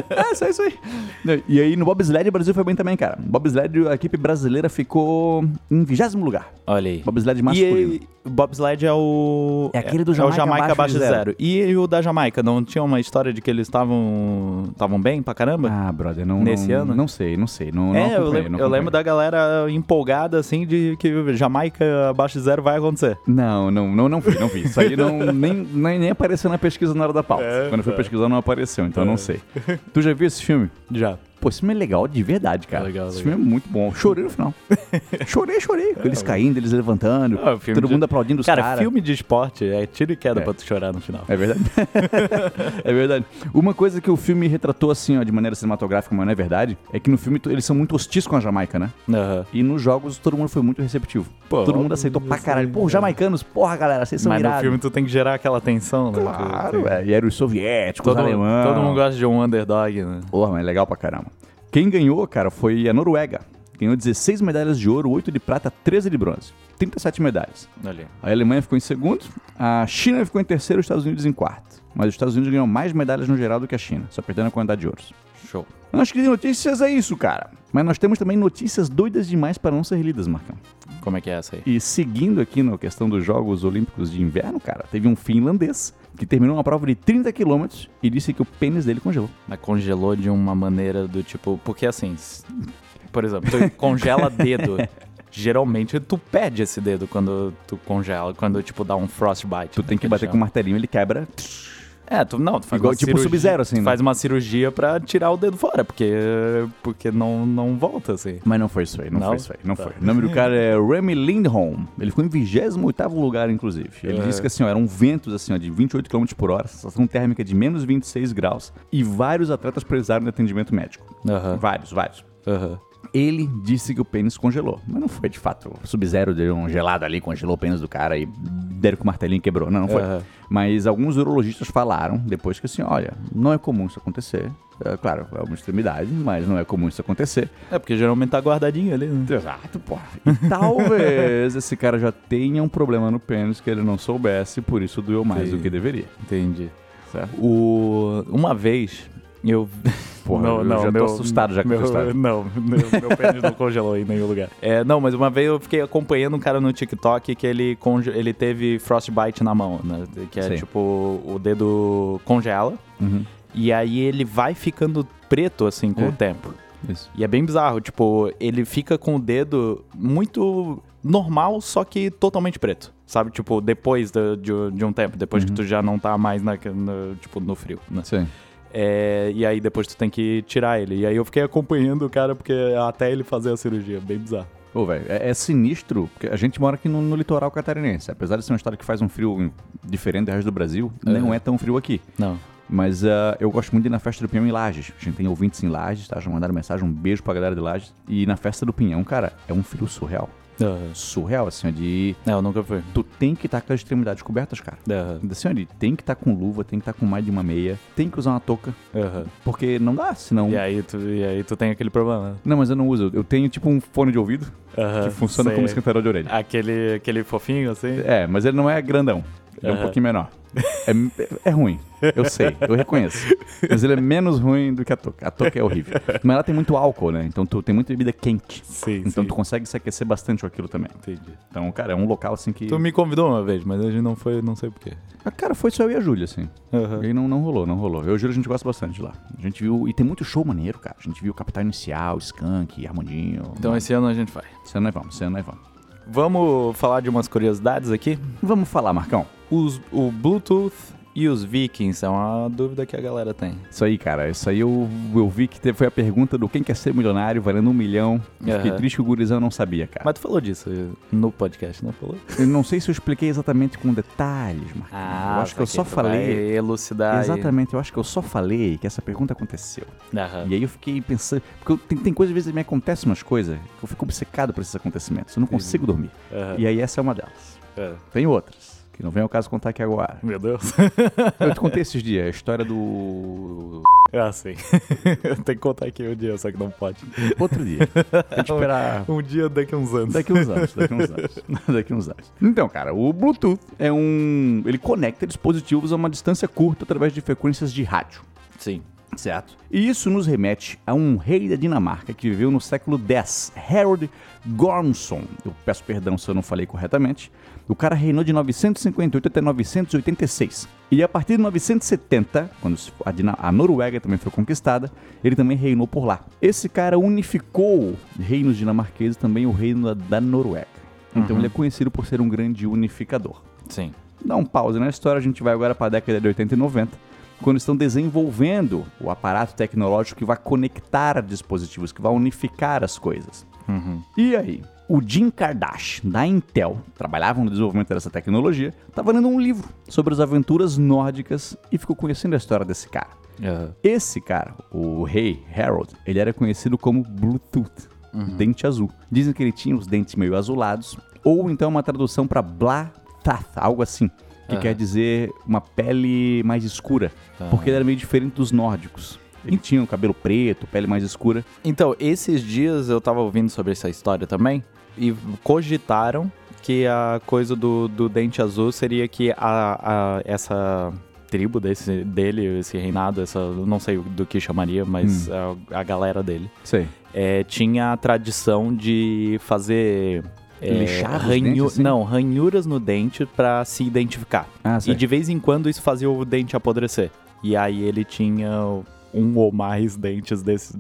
Speaker 1: É, isso aí, isso aí. E aí no bobsled o Brasil foi bem também, cara. Bobsled, a equipe brasileira ficou em vigésimo lugar.
Speaker 2: Olha aí.
Speaker 1: Bobsled masculino.
Speaker 2: E o bobsled é o.
Speaker 1: É aquele do Jamaica
Speaker 2: é o Jamaica
Speaker 1: abaixo
Speaker 2: abaixo
Speaker 1: de
Speaker 2: de zero. E o da Jamaica, não tinha uma história de que eles estavam. estavam bem pra caramba?
Speaker 1: Ah, brother, não.
Speaker 2: Nesse
Speaker 1: não,
Speaker 2: ano?
Speaker 1: Não sei, não sei. Não, não
Speaker 2: é, eu,
Speaker 1: acompanhei,
Speaker 2: lembro,
Speaker 1: não
Speaker 2: eu lembro
Speaker 1: acompanhei.
Speaker 2: da galera empolgada, assim, de que Jamaica abaixo de zero vai acontecer.
Speaker 1: Não, não, não, não vi, não vi. Isso aí não, nem, nem, nem apareceu na pesquisa na hora da pauta.
Speaker 2: É,
Speaker 1: Quando eu fui
Speaker 2: tá.
Speaker 1: pesquisar, não apareceu, então eu não
Speaker 2: É.
Speaker 1: sei. Tu já viu esse filme?
Speaker 2: Já.
Speaker 1: Pô, esse filme é legal de verdade, cara.
Speaker 2: Legal,
Speaker 1: esse
Speaker 2: legal. É,
Speaker 1: filme é muito bom. Chorei no final. chorei, chorei. Eles caindo, eles levantando,
Speaker 2: Ah, o filme
Speaker 1: todo
Speaker 2: de-
Speaker 1: mundo aplaudindo os
Speaker 2: Cara,
Speaker 1: caras.
Speaker 2: filme de esporte é tiro e queda
Speaker 1: É.
Speaker 2: pra tu chorar no final.
Speaker 1: É verdade. é verdade. Uma coisa que o filme retratou assim, ó, de maneira cinematográfica, mas não é verdade, é que no filme tu- eles são muito hostis com a Jamaica, né?
Speaker 2: Aham.
Speaker 1: E nos jogos todo mundo foi muito receptivo.
Speaker 2: Pô, é
Speaker 1: todo mundo aceitou pra caralho. Pô, jamaicanos, porra, galera, vocês são
Speaker 2: Mas no
Speaker 1: irados.
Speaker 2: filme tu tem que gerar aquela tensão, né?
Speaker 1: Claro,
Speaker 2: Tu- tu-
Speaker 1: velho. E era os soviéticos, os
Speaker 2: Todo,
Speaker 1: alemães.
Speaker 2: todo mundo gosta de um underdog, né?
Speaker 1: Porra, mas é legal pra caramba. Quem ganhou, cara, foi a Noruega. Ganhou 16 medalhas de ouro, 8 de prata, 13 de bronze. 37 medalhas.
Speaker 2: Olha aí.
Speaker 1: A Alemanha ficou em segundo, a China ficou em terceiro, os Estados Unidos em quarto. Mas os Estados Unidos ganhou mais medalhas no geral do que a China, só perdendo a quantidade de ouros.
Speaker 2: Show.
Speaker 1: Acho que de notícias é isso, cara. Mas nós temos também notícias doidas demais para não ser lidas, Marcão.
Speaker 2: Como é que é essa aí?
Speaker 1: E seguindo aqui na questão dos Jogos Olímpicos de Inverno, cara, teve um finlandês que terminou uma prova de 30 km e disse que o pênis dele congelou.
Speaker 2: Mas congelou de uma maneira do tipo. Porque assim, s- por exemplo, tu congela dedo. Geralmente tu perde esse dedo quando tu congela, quando tipo dá um frostbite.
Speaker 1: Tu tem que bater com um martelinho, ele quebra.
Speaker 2: É, tu não, tu faz
Speaker 1: Igual
Speaker 2: uma
Speaker 1: tipo
Speaker 2: cirurgia,
Speaker 1: Sub-Zero, assim,
Speaker 2: tu
Speaker 1: né?
Speaker 2: faz uma cirurgia pra tirar o dedo fora, porque porque não não volta assim.
Speaker 1: Mas não foi isso aí, não,
Speaker 2: Não?
Speaker 1: foi isso aí, não
Speaker 2: Tá.
Speaker 1: foi. O nome do cara é Remy Lindholm. Ele ficou em 28º lugar, inclusive. Ele
Speaker 2: É.
Speaker 1: disse que assim, ó, eram ventos assim, ó, de 28 km por hora, sensação térmica de menos 26 graus e vários atletas precisaram de atendimento médico.
Speaker 2: Aham.
Speaker 1: Vários, vários.
Speaker 2: Aham.
Speaker 1: Ele disse que o pênis congelou, mas não foi de fato. O Sub-Zero deu um gelado ali, congelou o pênis do cara e deram com o martelinho e quebrou. Não, não foi.
Speaker 2: Aham.
Speaker 1: Mas alguns urologistas falaram depois que assim, olha, não é comum isso acontecer. É, claro, é uma extremidade, mas não é comum isso acontecer.
Speaker 2: É porque geralmente tá guardadinho ali, né?
Speaker 1: Exato, pô. E talvez esse cara já tenha um problema no pênis que ele não soubesse, por isso doeu mais
Speaker 2: Sim.
Speaker 1: do que deveria.
Speaker 2: Entendi.
Speaker 1: Certo?
Speaker 2: O uma vez eu
Speaker 1: Porra, eu já tô assustado já com
Speaker 2: meu,
Speaker 1: essa história.
Speaker 2: Não, meu, meu pênis não congelou em nenhum lugar. É, não, mas uma vez eu fiquei acompanhando um cara no TikTok que ele, conge- ele teve frostbite na mão, né? Que é
Speaker 1: Sim.
Speaker 2: tipo, o dedo congela.
Speaker 1: Uhum.
Speaker 2: E aí ele vai ficando preto, assim, com
Speaker 1: É.
Speaker 2: o tempo.
Speaker 1: Isso.
Speaker 2: E é bem bizarro, tipo, ele fica com o dedo muito normal, só que totalmente preto. Sabe, tipo, depois do- de, de um tempo, depois que tu já não tá mais na, no, tipo, no frio, né?
Speaker 1: Sim.
Speaker 2: É, e aí depois tu tem que tirar ele. E aí eu fiquei acompanhando o cara, porque até ele fazer a cirurgia, bem bizarro.
Speaker 1: Ô, velho, é, é sinistro, porque a gente mora aqui no, no litoral catarinense. Apesar de ser um estado que faz um frio diferente do resto do Brasil, não
Speaker 2: Uhum.
Speaker 1: é tão frio aqui.
Speaker 2: Não.
Speaker 1: Mas ah, eu gosto muito de ir na festa do Pinhão em Lages. A gente tem ouvintes em Lages, tá? Já mandaram mensagem, um beijo pra galera de Lages. E na festa do Pinhão, cara, é um frio surreal. Surreal, assim, ó, de...
Speaker 2: Não, eu nunca fui.
Speaker 1: Tu tem que estar com as extremidades cobertas, cara.
Speaker 2: Aham.
Speaker 1: Assim, olha, tem que estar com luva, tem que estar com mais de uma meia, tem que usar uma touca,
Speaker 2: Aham.
Speaker 1: porque não dá, senão.
Speaker 2: E, aí tu, e aí tu tem aquele problema. né?
Speaker 1: Não, mas eu não uso. Eu tenho tipo um fone de ouvido
Speaker 2: Aham.
Speaker 1: que funciona
Speaker 2: Sei.
Speaker 1: como esquentador de orelha.
Speaker 2: Aquele, aquele fofinho, assim.
Speaker 1: É, mas ele não é grandão. Ele é um pouquinho menor. É, é ruim, eu sei, eu reconheço. Mas ele é menos ruim do que a toca. A toca é horrível. Mas ela tem muito álcool, né? Então tu tem muita bebida quente.
Speaker 2: Sim,
Speaker 1: Então
Speaker 2: sim.
Speaker 1: tu consegue se aquecer bastante com aquilo também.
Speaker 2: Entendi.
Speaker 1: Então, cara, é um local assim que.
Speaker 2: Tu me convidou uma vez, mas a gente não foi, não sei porquê.
Speaker 1: Ah, Cara, foi só eu e a Júlia, assim.
Speaker 2: Aham.
Speaker 1: E aí não, não rolou, não rolou. Eu e a Júlia, a gente gosta bastante de lá. A gente viu. E tem muito show maneiro, cara. A gente viu Capital Inicial, Skunk, Armandinho.
Speaker 2: Então esse ano a gente vai.
Speaker 1: esse ano nós vamos, esse ano nós vamos.
Speaker 2: Vamos falar de umas curiosidades aqui?
Speaker 1: Vamos falar, Marcão.
Speaker 2: Os- o Bluetooth e os Vikings é uma dúvida que a galera tem.
Speaker 1: Isso aí, cara. Isso aí eu, eu vi que te- foi a pergunta do quem quer ser milionário valendo um milhão. Eu Fiquei
Speaker 2: Aham.
Speaker 1: triste que o gurizão não sabia, cara.
Speaker 2: Mas tu falou disso no podcast, não falou?
Speaker 1: Eu não sei se eu expliquei exatamente com detalhes, Marcão.
Speaker 2: Ah,
Speaker 1: eu acho que eu só
Speaker 2: então
Speaker 1: falei.
Speaker 2: Elucidar.
Speaker 1: Exatamente, eu acho que eu só falei que essa pergunta aconteceu.
Speaker 2: Aham.
Speaker 1: E aí eu fiquei pensando. Porque eu- tem, tem coisas, às vezes, me acontecem umas coisas que eu fico obcecado por esses acontecimentos. Eu não consigo dormir.
Speaker 2: Aham.
Speaker 1: E aí essa é uma delas.
Speaker 2: É.
Speaker 1: Tem outras, que não vem ao caso contar aqui agora.
Speaker 2: Meu Deus.
Speaker 1: Eu te contei esses dias a história do.
Speaker 2: ah, sim. tem que contar aqui um dia, só que não pode.
Speaker 1: Outro dia. Tem que esperar.
Speaker 2: Um dia daqui a uns anos.
Speaker 1: Daqui uns anos, daqui uns anos. daqui uns anos. Então, cara, o Bluetooth é um. Ele conecta dispositivos a uma distância curta através de frequências de rádio.
Speaker 2: Sim.
Speaker 1: Certo. E isso nos remete a um rei da Dinamarca que viveu no século X, Harold Gormson. Eu peço perdão se eu não falei corretamente. O cara reinou de 958 até 986. E a partir de 970, quando a, Dina- a Noruega também foi conquistada, ele também reinou por lá. Esse cara unificou reinos dinamarqueses e também o reino da, da Noruega. Então ele é conhecido por ser um grande unificador
Speaker 2: Sim.
Speaker 1: dá um pause na história, a gente vai agora para a década de 80 e 90, quando estão desenvolvendo o aparato tecnológico que vai conectar dispositivos, que vai unificar as coisas. E aí? O Jim Kardashian, da Intel, trabalhava no desenvolvimento dessa tecnologia, estava lendo um livro sobre as aventuras nórdicas e ficou conhecendo a história desse cara.
Speaker 2: Aham.
Speaker 1: Esse cara, o rei Harold, ele era conhecido como Bluetooth, dente azul. Dizem que ele tinha os dentes meio azulados, ou então uma tradução para Blathath, algo assim, que quer dizer uma pele mais escura, porque ele era meio diferente dos nórdicos. Ele tinha o cabelo preto, pele mais escura.
Speaker 2: Então, esses dias eu tava ouvindo sobre essa história também e cogitaram que a coisa do, do dente azul seria que a, a- essa tribo desse, dele, esse reinado, essa não sei do que chamaria, mas a, a galera dele,
Speaker 1: Sei.
Speaker 2: é, tinha a tradição de fazer... é,
Speaker 1: Lixar os
Speaker 2: ranhu-
Speaker 1: dentes, assim?
Speaker 2: Não, ranhuras no dente pra se identificar.
Speaker 1: Ah, sei.
Speaker 2: e de vez em quando isso fazia o dente apodrecer. E aí ele tinha um ou mais dentes desse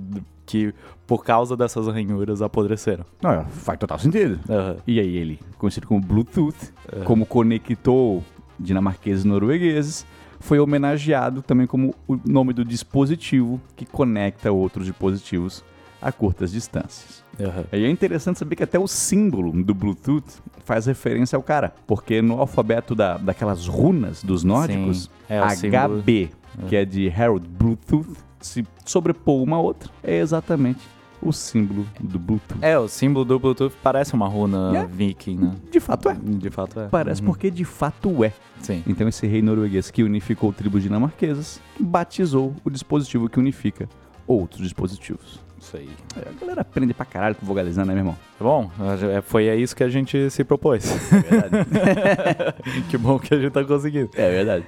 Speaker 2: que por causa dessas ranhuras apodreceram.
Speaker 1: Não, é, faz total sentido.
Speaker 2: Aham.
Speaker 1: E aí ele, conhecido como Bluetooth,
Speaker 2: É.
Speaker 1: como conectou dinamarqueses e noruegueses, foi homenageado também como o nome do dispositivo que conecta outros dispositivos a curtas distâncias.
Speaker 2: Aham.
Speaker 1: E é interessante saber que até o símbolo do Bluetooth faz referência ao cara, porque no alfabeto da, daquelas runas dos nórdicos,
Speaker 2: Sim, é o símbolo.
Speaker 1: HB, que é de Harold Bluetooth, se sobrepor uma a outra, é exatamente o símbolo do Bluetooth.
Speaker 2: É, o símbolo do Bluetooth parece uma runa
Speaker 1: Yeah.
Speaker 2: viking, né?
Speaker 1: De É? fato é.
Speaker 2: De fato é.
Speaker 1: Parece porque de fato é.
Speaker 2: Sim.
Speaker 1: Então esse rei norueguês que unificou tribos dinamarquesas batizou o dispositivo que unifica outros dispositivos.
Speaker 2: Isso aí.
Speaker 1: É, A galera aprende pra caralho com vogalizando, né, meu irmão?
Speaker 2: Tá Bom, é, foi a isso que a gente se propôs. que bom que a gente tá conseguindo.
Speaker 1: É verdade.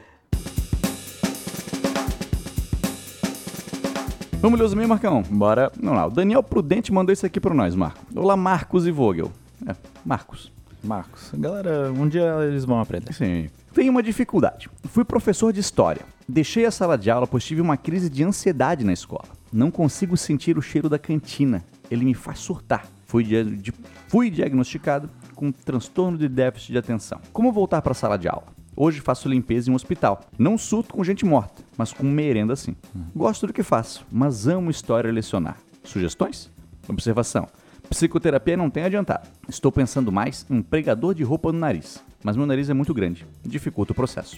Speaker 1: Vamos ler os e-mails, Marcão?
Speaker 2: Bora.
Speaker 1: Vamos lá, o Daniel Prudente mandou isso aqui pra nós, Marco. Olá, Marcos e Vogel. É, Marcos.
Speaker 2: Marcos, galera, um dia eles vão aprender.
Speaker 1: Sim. Tenho uma dificuldade. Fui professor de história. Deixei a sala de aula pois tive uma crise de ansiedade na escola. Não consigo sentir o cheiro da cantina. Ele me faz surtar. Fui, dia- de- fui diagnosticado com transtorno de déficit de atenção. Como voltar para a sala de aula? Hoje faço limpeza em um hospital. Não surto com gente morta, mas com merenda sim. Gosto do que faço, mas amo história e lecionar. Sugestões? Observação. Psicoterapia não tem adiantado. Estou pensando mais em um pregador de roupa no nariz. Mas meu nariz é muito grande. Dificulta o processo.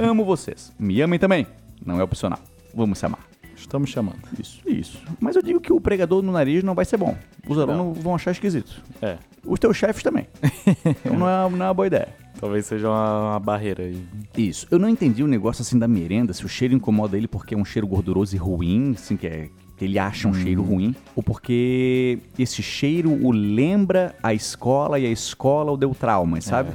Speaker 1: Amo vocês. Me amem também. Não é opcional. Vamos se amar.
Speaker 2: Estamos chamando.
Speaker 1: Isso, isso. Mas eu digo que o pregador no nariz não vai ser Tá bom. Os alunos vão achar esquisito.
Speaker 2: É.
Speaker 1: Os teus chefes também. Então não é, não é uma boa ideia.
Speaker 2: Talvez seja uma, uma barreira aí.
Speaker 1: Isso. Eu não entendi o negócio assim da merenda, se o cheiro incomoda ele porque é um cheiro gorduroso e ruim, assim, que, é, que ele acha um cheiro ruim, ou porque esse cheiro o lembra a escola e a escola o deu traumas, sabe?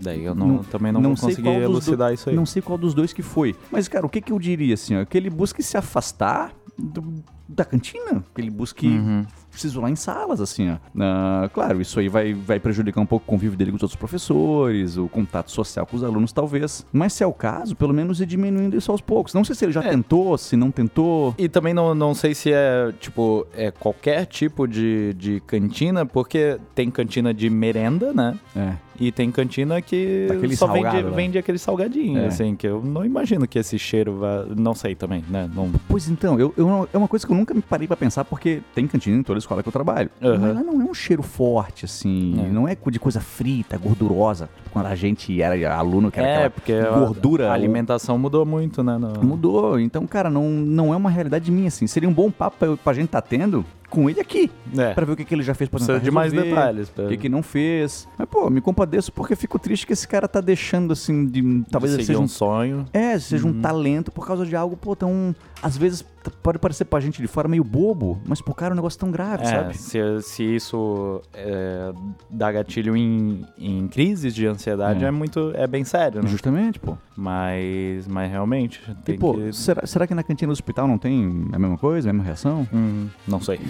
Speaker 2: Daí eu não- também não vou
Speaker 1: sei
Speaker 2: conseguir
Speaker 1: qual dos
Speaker 2: elucidar
Speaker 1: do-
Speaker 2: isso aí.
Speaker 1: Não sei qual dos dois que foi. Mas, cara, o que, que eu diria assim? Ó, que ele busque se afastar do- da cantina. Que ele busque
Speaker 2: Uhum.
Speaker 1: se isolar em salas, assim, ó. Ah, claro, isso aí vai, vai prejudicar um pouco o convívio dele com os outros professores, o contato social com os alunos, talvez. Mas se é o caso, pelo menos ir diminuindo isso aos poucos. Não sei se ele
Speaker 2: É.
Speaker 1: já tentou, se não tentou.
Speaker 2: E também não, não sei se é, tipo, é qualquer tipo de, de cantina, porque tem cantina de merenda, né?
Speaker 1: É.
Speaker 2: E tem cantina que
Speaker 1: Daquele
Speaker 2: só
Speaker 1: salgado,
Speaker 2: vende,
Speaker 1: né?
Speaker 2: vende aquele salgadinho,
Speaker 1: É.
Speaker 2: assim, que eu não imagino que esse cheiro vá... Não sei também, né? Não...
Speaker 1: Pois então, eu, eu não- é uma coisa que eu nunca me parei pra pensar, porque tem cantina em toda a escola que eu trabalho.
Speaker 2: Aham.
Speaker 1: Mas lá não é um cheiro forte, assim.
Speaker 2: É.
Speaker 1: Não é de coisa frita, gordurosa. Quando a gente era aluno, que era
Speaker 2: É,
Speaker 1: aquela
Speaker 2: porque
Speaker 1: gordura.
Speaker 2: a, a
Speaker 1: o-
Speaker 2: alimentação mudou muito, né? no-
Speaker 1: Mudou. Então, cara, não, não é uma realidade minha, assim. Seria um bom papo pra, eu- pra gente tá tendo com ele aqui.
Speaker 2: É,
Speaker 1: Pra ver o que, que ele já fez pra
Speaker 2: precisa
Speaker 1: tentar
Speaker 2: de mais
Speaker 1: resolver,
Speaker 2: detalhes. pra-
Speaker 1: O que, que não fez. Mas, pô, me compadeço porque fico triste que esse cara tá deixando, assim, de. Talvez
Speaker 2: de
Speaker 1: ele
Speaker 2: seguir
Speaker 1: seja um
Speaker 2: um sonho.
Speaker 1: é, seja
Speaker 2: Uhum.
Speaker 1: um talento por causa de algo, pô, tão. Às vezes t- pode parecer pra gente de fora meio bobo, mas pro cara é um negócio tão grave,
Speaker 2: É,
Speaker 1: sabe?
Speaker 2: Se, se isso é, dá gatilho em, em crises de ansiedade,
Speaker 1: É.
Speaker 2: é. muito. é bem sério, né?
Speaker 1: Justamente, pô.
Speaker 2: Mas, mas realmente, tem
Speaker 1: e, pô,
Speaker 2: que.
Speaker 1: será, será que na cantina do hospital não tem a mesma coisa, a mesma reação?
Speaker 2: Hum, não sei.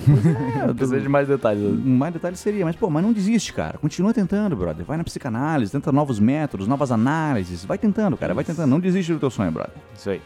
Speaker 1: É,
Speaker 2: Eu preciso de mais detalhes.
Speaker 1: Um mais detalhe seria, mas, pô, mas não desiste, cara. Continua tentando, brother. Vai na psicanálise, tenta novos métodos, novas análises. Vai tentando, cara. Vai tentando. Não desiste do teu sonho, brother.
Speaker 2: Isso aí.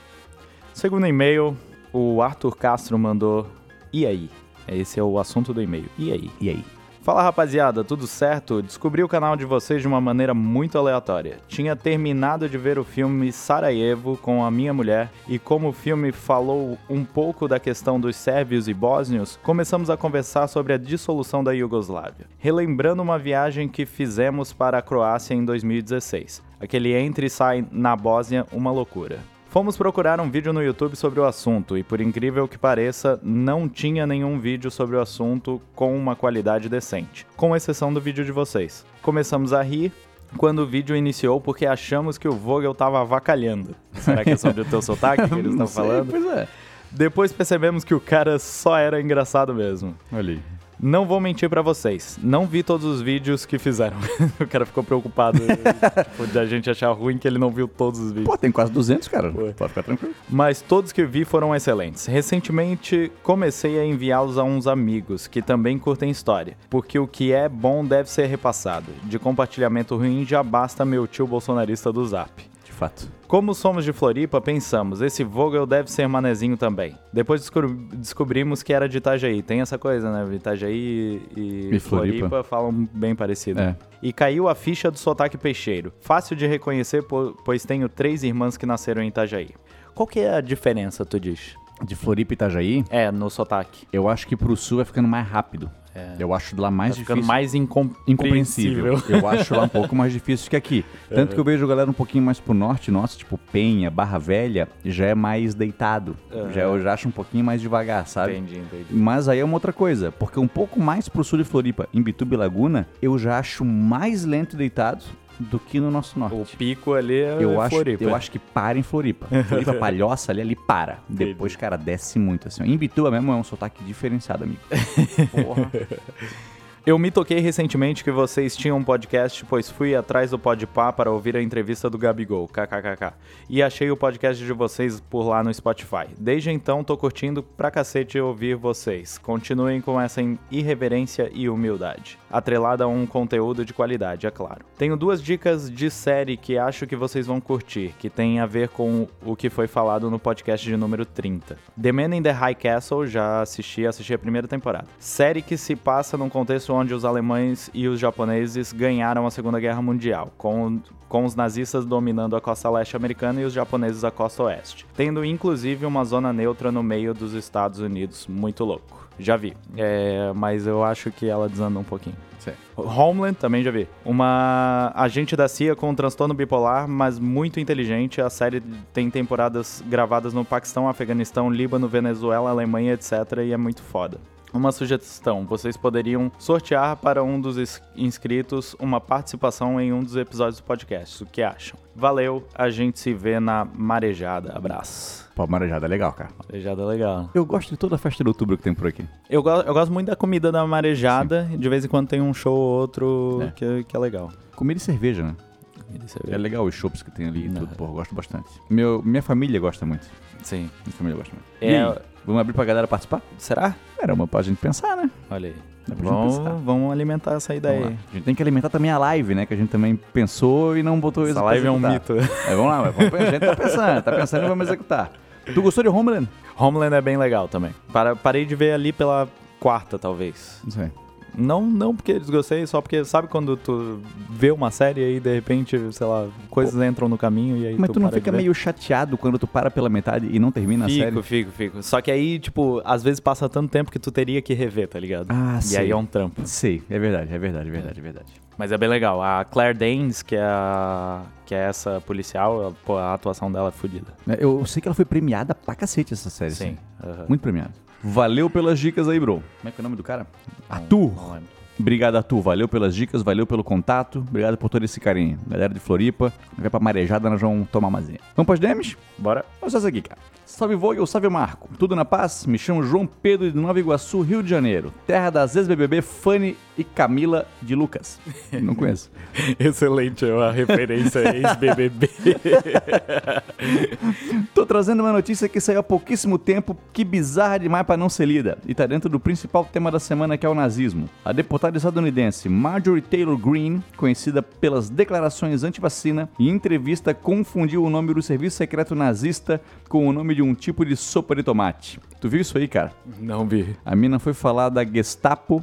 Speaker 2: Segundo e-mail, o Arthur Castro mandou. E aí? Esse é o assunto do e-mail. E aí?
Speaker 1: E aí?
Speaker 2: Fala rapaziada, tudo certo? Descobri o canal de vocês de uma maneira muito aleatória. Tinha terminado de ver o filme Sarajevo com a minha mulher e como o filme falou um pouco da questão dos sérvios e bósnios, começamos a conversar sobre a dissolução da Iugoslávia, relembrando uma viagem que fizemos para a Croácia em 2016. Aquele entra e sai na Bósnia, uma loucura. Fomos procurar um vídeo no YouTube sobre o assunto e, por incrível que pareça, não tinha nenhum vídeo sobre o assunto com uma qualidade decente, com exceção do vídeo de vocês. Começamos a rir quando o vídeo iniciou porque achamos que o Vogel estava avacalhando. Será que é sobre o teu sotaque que eles
Speaker 1: Não
Speaker 2: estão
Speaker 1: sei,
Speaker 2: falando?
Speaker 1: Pois é.
Speaker 2: Depois percebemos que o cara só era engraçado mesmo.
Speaker 1: Olha aí.
Speaker 2: Não vou mentir pra vocês, não vi todos os vídeos que fizeram. o cara ficou preocupado tipo, da gente achar ruim que ele não viu todos os vídeos.
Speaker 1: Pô, tem quase 200, cara.
Speaker 2: Pô.
Speaker 1: Pode ficar tranquilo.
Speaker 2: mas todos que vi foram excelentes. Recentemente comecei a enviá-los a uns amigos que também curtem história, porque o que é bom deve ser repassado. De compartilhamento ruim já basta meu tio bolsonarista do Zap.
Speaker 1: De fato.
Speaker 2: Como somos de Floripa, pensamos, esse Vogel deve ser manezinho também. Depois descobri- descobrimos que era de Itajaí. Tem essa coisa, né? Itajaí e,
Speaker 1: E Floripa.
Speaker 2: Floripa. falam bem parecido.
Speaker 1: É.
Speaker 2: E caiu a ficha do sotaque peixeiro. Fácil de reconhecer, po- pois tenho três irmãs que nasceram em Itajaí. Qual que é a diferença, tu diz?
Speaker 1: De Floripa e Itajaí,
Speaker 2: É, no sotaque.
Speaker 1: eu acho que pro sul vai ficando mais rápido. Eu acho lá mais
Speaker 2: Tá ficando
Speaker 1: É difícil.
Speaker 2: mais incom-
Speaker 1: incompreensível.
Speaker 2: incompreensível.
Speaker 1: Eu acho lá um pouco mais difícil que aqui. Tanto que
Speaker 2: É.
Speaker 1: eu vejo galera um pouquinho mais pro norte, nossa, tipo Penha, Barra Velha, já é mais deitado. Já, eu já acho um pouquinho mais devagar, sabe?
Speaker 2: É. Entendi, entendi.
Speaker 1: Mas aí é uma outra coisa, porque um pouco mais pro sul de Floripa, em Bituba e Laguna, eu já acho mais lento e deitado do que no nosso norte.
Speaker 2: O pico ali é
Speaker 1: Eu acho,
Speaker 2: Floripa.
Speaker 1: eu acho que para em Floripa. Floripa Palhoça ali, ali para. Depois, cara, desce muito assim. Em Bituba mesmo é um sotaque diferenciado, amigo. Porra.
Speaker 2: Eu me toquei recentemente que vocês tinham um podcast, pois fui atrás do Podpah para ouvir a entrevista do Gabigol, kkkk. E achei o podcast de vocês por lá no Spotify. Desde então, tô curtindo pra cacete ouvir vocês. Continuem com essa in- irreverência e humildade. Atrelada a um conteúdo de qualidade, é claro. Tenho duas dicas de série que acho que vocês vão curtir, que tem a ver com o que foi falado no podcast de número 30. The Man in the High Castle, já assisti, assisti a primeira temporada. Série que se passa num contexto onde os alemães e os japoneses ganharam a Segunda Guerra Mundial, com, com os nazistas dominando a costa leste americana e os japoneses a costa oeste, tendo inclusive uma zona neutra no meio dos Estados Unidos, muito louco. Já vi, É, mas eu acho que ela desanda um pouquinho. Homeland, também já vi. Uma agente da CIA com um transtorno bipolar, mas muito inteligente. A série tem temporadas gravadas no Paquistão, Afeganistão, Líbano, Venezuela, Alemanha, etc. E é muito foda. Uma sugestão: vocês poderiam sortear para um dos is- inscritos uma participação em um dos episódios do podcast. O que acham? Valeu, a gente se vê na Marejada. Abraço.
Speaker 1: Pô, Marajada é legal, cara.
Speaker 2: Marejada é legal.
Speaker 1: Eu gosto de toda a festa de outubro que tem por aqui.
Speaker 2: Eu, go- eu gosto muito da comida da Marejada. De vez em quando tem um show ou outro
Speaker 1: É.
Speaker 2: que, que é legal.
Speaker 1: Comida e cerveja, né?
Speaker 2: de
Speaker 1: É
Speaker 2: cerveja.
Speaker 1: legal os shops que tem ali e
Speaker 2: Não.
Speaker 1: tudo, pô, eu gosto bastante. Meu, minha família gosta muito.
Speaker 2: Sim.
Speaker 1: Minha família gosta muito.
Speaker 2: É-
Speaker 1: E aí, vamos abrir pra galera participar?
Speaker 2: Será?
Speaker 1: Era uma pra gente pensar, né?
Speaker 2: Olha aí.
Speaker 1: Dá pra gente
Speaker 2: Vamos,
Speaker 1: pensar.
Speaker 2: vamos alimentar essa
Speaker 1: Vamos
Speaker 2: ideia
Speaker 1: lá.
Speaker 2: aí.
Speaker 1: A gente tem que alimentar também a live, né? Que a gente também pensou e não botou isso
Speaker 2: Essa
Speaker 1: pra
Speaker 2: live é um
Speaker 1: executar.
Speaker 2: mito.
Speaker 1: Mas vamos lá, mas vamos- a gente tá pensando, tá pensando e vamos executar. Tu gostou de Homeland?
Speaker 2: Homeland é bem legal também. Para- parei de ver ali pela quarta, talvez.
Speaker 1: Não sei.
Speaker 2: Não, não porque desgostei, só porque sabe quando tu vê uma série e aí de repente, sei lá, coisas entram no caminho e aí
Speaker 1: Mas tu não
Speaker 2: Então para de
Speaker 1: fica
Speaker 2: ver?
Speaker 1: meio chateado quando tu para pela metade e não termina a série?
Speaker 2: Fico, fico, fico. Só que aí, tipo, às vezes passa tanto tempo que tu teria que rever, tá ligado?
Speaker 1: Ah,
Speaker 2: e
Speaker 1: sei.
Speaker 2: aí é um trampo.
Speaker 1: Sei, é verdade, é verdade, é verdade, é verdade.
Speaker 2: Mas é bem legal. A Claire Danes, que é, a, que é essa policial, ela- pô, a atuação dela é fodida.
Speaker 1: Né, Eu sei que ela foi premiada pra cacete essa série.
Speaker 2: Sim.
Speaker 1: assim.
Speaker 2: aham.
Speaker 1: Muito premiada. Valeu pelas dicas aí, bro. Como é que é o nome do cara? Arthur.
Speaker 2: Não lembro.
Speaker 1: Obrigado, Arthur. Valeu pelas dicas, valeu pelo contato. Obrigado por todo esse carinho. Galera de Floripa, vai pra Marejada, nós vamos tomar mazinha. Vamos pras DMs?
Speaker 2: Bora.
Speaker 1: Olha só isso aqui, cara. Salve Vogel, salve Marco. Tudo na paz? Me chamo João Pedro de Nova Iguaçu, Rio de Janeiro. Terra das ex-BBB Fanny e Camila de Lucas. Não conheço.
Speaker 2: Excelente, a referência ex-BBB.
Speaker 1: Tô trazendo uma notícia que saiu há pouquíssimo tempo, que bizarra demais pra não ser lida, e tá dentro do principal tema da semana que é o nazismo. A deputada estadunidense Marjorie Taylor Greene, conhecida pelas declarações anti-vacina, em entrevista confundiu o nome do serviço secreto nazista com o nome de um tipo de sopa de tomate. Tu viu isso aí, cara?
Speaker 2: Não vi.
Speaker 1: A mina foi falar da Gestapo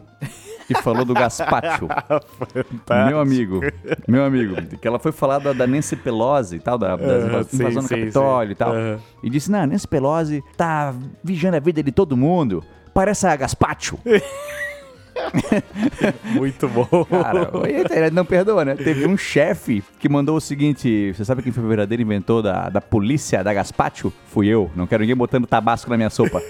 Speaker 1: e falou do Gaspacho. Meu amigo, meu amigo, que ela foi falar da, da Nancy Pelosi e tal, da, da
Speaker 2: Aham,
Speaker 1: invasão
Speaker 2: sim,
Speaker 1: do
Speaker 2: sim,
Speaker 1: Capitólio
Speaker 2: sim.
Speaker 1: e tal.
Speaker 2: Aham.
Speaker 1: E disse, não, Nancy Pelosi tá vigiando a vida de todo mundo. Parece a Gaspacho.
Speaker 2: Muito bom.
Speaker 1: Cara, eita, ele não perdoa, né? Teve um chefe que mandou o seguinte: você sabe quem foi o verdadeiro inventor da, da polícia da Gaspacho? Fui eu. Não quero ninguém botando tabasco na minha sopa.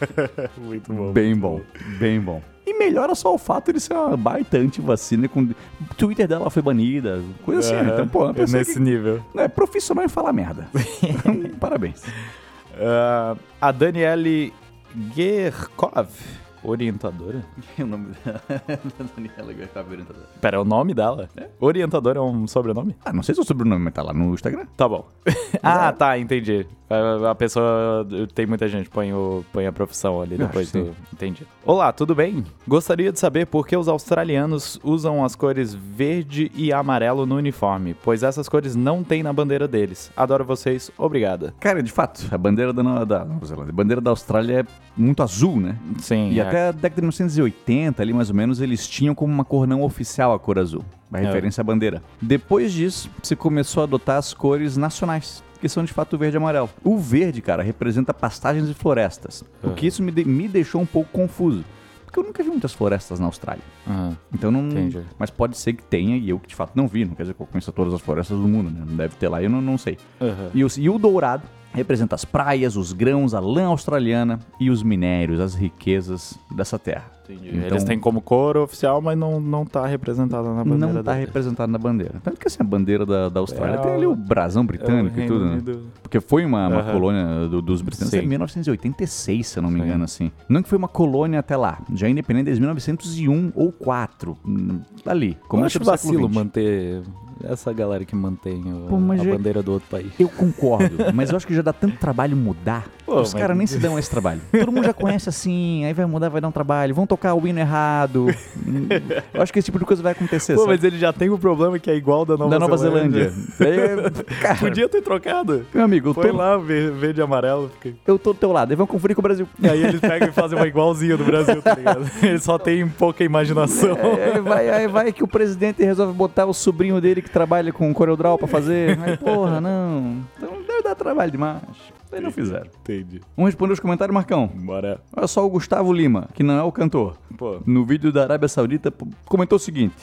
Speaker 2: Muito bom.
Speaker 1: Bem bom, bem bom. E melhora só o fato de ser uma baita antivacina com. O Twitter dela foi banida, coisa assim.
Speaker 2: Aham.
Speaker 1: Então, pô, uma pessoa
Speaker 2: Nesse
Speaker 1: que-
Speaker 2: nível.
Speaker 1: é profissional em falar merda. Parabéns.
Speaker 2: Ah, a Daniele Gerkov, orientadora.
Speaker 1: O nome da Daniela Gustavo orientadora.
Speaker 2: Pera, é o nome dela? Orientadora é um sobrenome?
Speaker 1: Ah, não sei se o sobrenome mas tá lá no Instagram.
Speaker 2: Tá bom. ah, tá, entendi. É, A, a pessoa. Tem muita gente, põe, o, põe a profissão ali
Speaker 1: acho
Speaker 2: depois
Speaker 1: que
Speaker 2: do. Entendi. Olá, tudo bem? Gostaria de saber por que os australianos usam as cores verde e amarelo no uniforme, pois essas cores não tem na bandeira deles. Adoro vocês, obrigada.
Speaker 1: Cara, de fato, a bandeira da Nova, da Nova Zelândia, a bandeira da Austrália é muito azul, né?
Speaker 2: Sim.
Speaker 1: E
Speaker 2: é-
Speaker 1: até a década de 1980, ali mais ou menos, eles tinham como uma cor não oficial a cor azul,
Speaker 2: É.
Speaker 1: a referência à bandeira. Depois disso, se começou a adotar as cores nacionais, que são de fato o verde e amarelo. O verde, cara, representa pastagens e florestas, o
Speaker 2: É.
Speaker 1: que isso me, de- me deixou um pouco confuso, porque eu nunca vi muitas florestas na Austrália.
Speaker 2: Aham.
Speaker 1: Então não.
Speaker 2: Entendi.
Speaker 1: Mas pode ser que tenha, e eu que de fato não vi. Não quer dizer que eu conheço todas as florestas do mundo, né? Não deve ter lá, eu não, não sei.
Speaker 2: Aham.
Speaker 1: E, o, e o dourado representa as praias, os grãos, a lã australiana e os minérios, as riquezas dessa terra. Entendi. Então,
Speaker 2: Eles têm como cor oficial, mas não, não tá representada na bandeira
Speaker 1: não tá está
Speaker 2: deles.
Speaker 1: representado na bandeira. Tanto que assim, a bandeira da, da Austrália
Speaker 2: É
Speaker 1: tem ali
Speaker 2: o-
Speaker 1: o brasão
Speaker 2: É o
Speaker 1: britânico e
Speaker 2: Reino
Speaker 1: tudo, né?
Speaker 2: Unido.
Speaker 1: Porque foi uma, uma
Speaker 2: Aham.
Speaker 1: colônia do- dos britânicos
Speaker 2: Sim.
Speaker 1: em 1986, se eu não me
Speaker 2: Sim.
Speaker 1: engano, assim. Não que foi uma colônia até lá, já é independente desde 1901 ou 4, hum, ali.
Speaker 2: Como eu
Speaker 1: Começo
Speaker 2: acho
Speaker 1: do século
Speaker 2: vacilo
Speaker 1: XX.
Speaker 2: manter essa galera que mantém o-
Speaker 1: Pô, mas
Speaker 2: a
Speaker 1: já-
Speaker 2: bandeira do outro país.
Speaker 1: Eu concordo, mas eu acho que já dá tanto trabalho mudar.
Speaker 2: Pô,
Speaker 1: Os
Speaker 2: mas-
Speaker 1: caras nem se dão esse trabalho. Todo mundo já conhece assim, aí vai mudar, vai dar um trabalho, vão tocar o hino errado. Hum, eu acho que esse tipo de coisa vai acontecer.
Speaker 2: Pô,
Speaker 1: sabe?
Speaker 2: mas ele já tem um problema que é igual da Nova
Speaker 1: Da Nova
Speaker 2: Zelândia.
Speaker 1: Zelândia. É, cara,
Speaker 2: Podia ter trocado.
Speaker 1: meu amigo, eu
Speaker 2: Foi
Speaker 1: tô,
Speaker 2: lá, ver- verde e amarelo. fica-
Speaker 1: eu tô do teu lado, aí vão conferir com o Brasil.
Speaker 2: E aí eles pegam e fazem uma igualzinha do Brasil, tá ligado? Ele só tem pouca imaginação.
Speaker 1: É, aí vai, aí vai que o presidente resolve botar o sobrinho dele que trabalha com o Coreodral pra fazer. Aí, porra, não. Então deve dar trabalho demais. Aí não fizeram.
Speaker 2: Entendi.
Speaker 1: Vamos responder os comentários, Marcão.
Speaker 2: Bora.
Speaker 1: Olha só o Gustavo Lima, que não é o cantor.
Speaker 2: Pô.
Speaker 1: no vídeo da Arábia Saudita p- comentou o seguinte,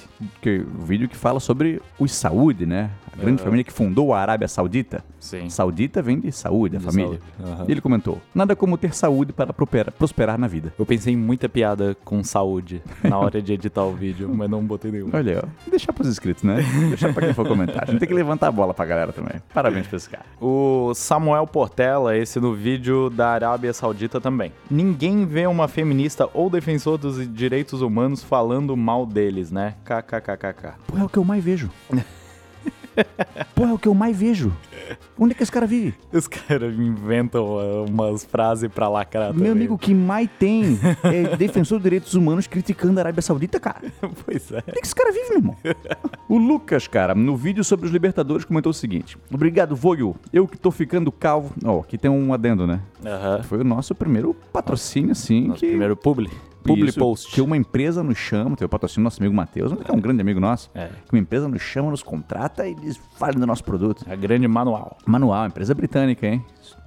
Speaker 1: que o vídeo que fala sobre os Saúde, né? A grande família que fundou a Arábia Saudita.
Speaker 2: É. Sim.
Speaker 1: Saudita vem de saúde, a
Speaker 2: De
Speaker 1: família.
Speaker 2: saúde, aham.
Speaker 1: Ele comentou: "Nada como ter saúde para prospera- prosperar na vida".
Speaker 2: Eu pensei em muita piada com saúde na hora de editar o vídeo, mas não botei nenhuma.
Speaker 1: Olha, aí, ó. deixar pros inscritos, né? Deixar pra quem for comentar. A gente tem que levantar a bola pra galera também. Parabéns pra esse cara.
Speaker 2: O Samuel Portela, esse no vídeo da Arábia Saudita também. Ninguém vê uma feminista ou defensor dos direitos humanos falando mal deles, né? KKKKK.
Speaker 1: Pô, é o que eu mais vejo. Pô, é o que eu mais vejo. Onde é que esse cara vive?
Speaker 2: Os caras inventam uh, umas frases pra lacrar
Speaker 1: Meu
Speaker 2: também.
Speaker 1: amigo, o que mais tem é defensor de direitos humanos criticando a Arábia Saudita, cara.
Speaker 2: Pois é.
Speaker 1: Onde é que esse cara vive, meu irmão? O Lucas, cara, no vídeo sobre os Libertadores, comentou o seguinte: Obrigado, Voyo. Eu que tô ficando calvo. Ó, aqui tem um adendo, né?
Speaker 2: Aham.
Speaker 1: Foi o nosso primeiro patrocínio, assim.
Speaker 2: Nosso
Speaker 1: que...
Speaker 2: primeiro publi. Publi
Speaker 1: Isso,
Speaker 2: post.
Speaker 1: Que uma empresa nos chama, tem o patrocínio do nosso amigo Matheus, que é um grande amigo nosso.
Speaker 2: É.
Speaker 1: Que uma empresa nos chama, nos contrata e eles falam do nosso produto.
Speaker 2: A grande manual.
Speaker 1: Manual, empresa britânica, hein?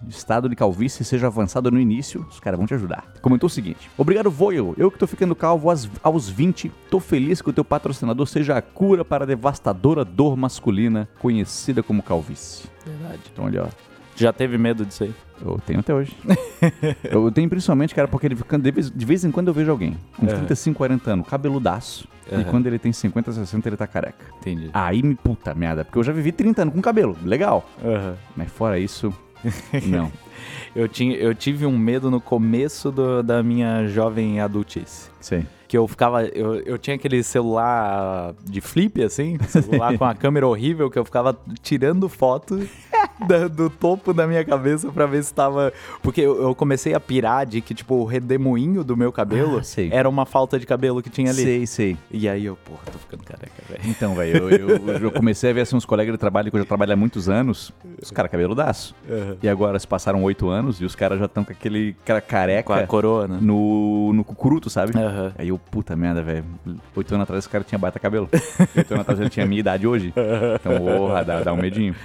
Speaker 1: Estado de calvície seja avançado no início, os caras vão te ajudar. Comentou o seguinte: Obrigado, Voyo. Eu que tô ficando calvo aos, aos 20, tô feliz que o teu patrocinador seja a cura para a devastadora dor masculina, conhecida como calvície.
Speaker 2: Verdade.
Speaker 1: Então, olha, ó,
Speaker 2: Já teve medo disso aí?
Speaker 1: eu tenho até hoje. eu tenho principalmente, cara, porque ele fica- de vez, de vez em quando eu vejo alguém com
Speaker 2: Aham.
Speaker 1: 35, 40 anos, cabeludaço. E
Speaker 2: Aham.
Speaker 1: quando ele tem 50, 60, ele tá careca.
Speaker 2: Entendi.
Speaker 1: Aí me puta merda, porque eu já vivi 30 anos com cabelo, legal.
Speaker 2: Aham.
Speaker 1: Mas fora isso, não.
Speaker 2: Eu, tinha, eu tive um medo no começo do- da minha jovem adultice.
Speaker 1: Sei.
Speaker 2: Que eu ficava. Eu, eu tinha aquele celular de flip, assim, celular com a câmera horrível, que eu ficava tirando foto da- do topo da minha cabeça pra ver se tava. Porque eu, eu comecei a pirar de que, tipo, o redemoinho do meu cabelo
Speaker 1: Ah, sei.
Speaker 2: era uma falta de cabelo que tinha ali.
Speaker 1: Sei, sei.
Speaker 2: E aí eu, porra, tô ficando careca, velho.
Speaker 1: Então, velho, eu, eu, eu comecei a ver assim, uns colegas de trabalho que eu já trabalho há muitos anos, os caras cabeludaço. E agora se passaram oito anos e os caras já estão com aquele cara
Speaker 2: Com a É.
Speaker 1: careca
Speaker 2: coroa, né?
Speaker 1: no, no cucuruto, sabe?
Speaker 2: Aham.
Speaker 1: Aí eu, puta merda, velho. Oito anos atrás esse cara tinha baita cabelo. Oito anos atrás ele tinha a minha idade hoje. Então, porra, dá, dá um medinho.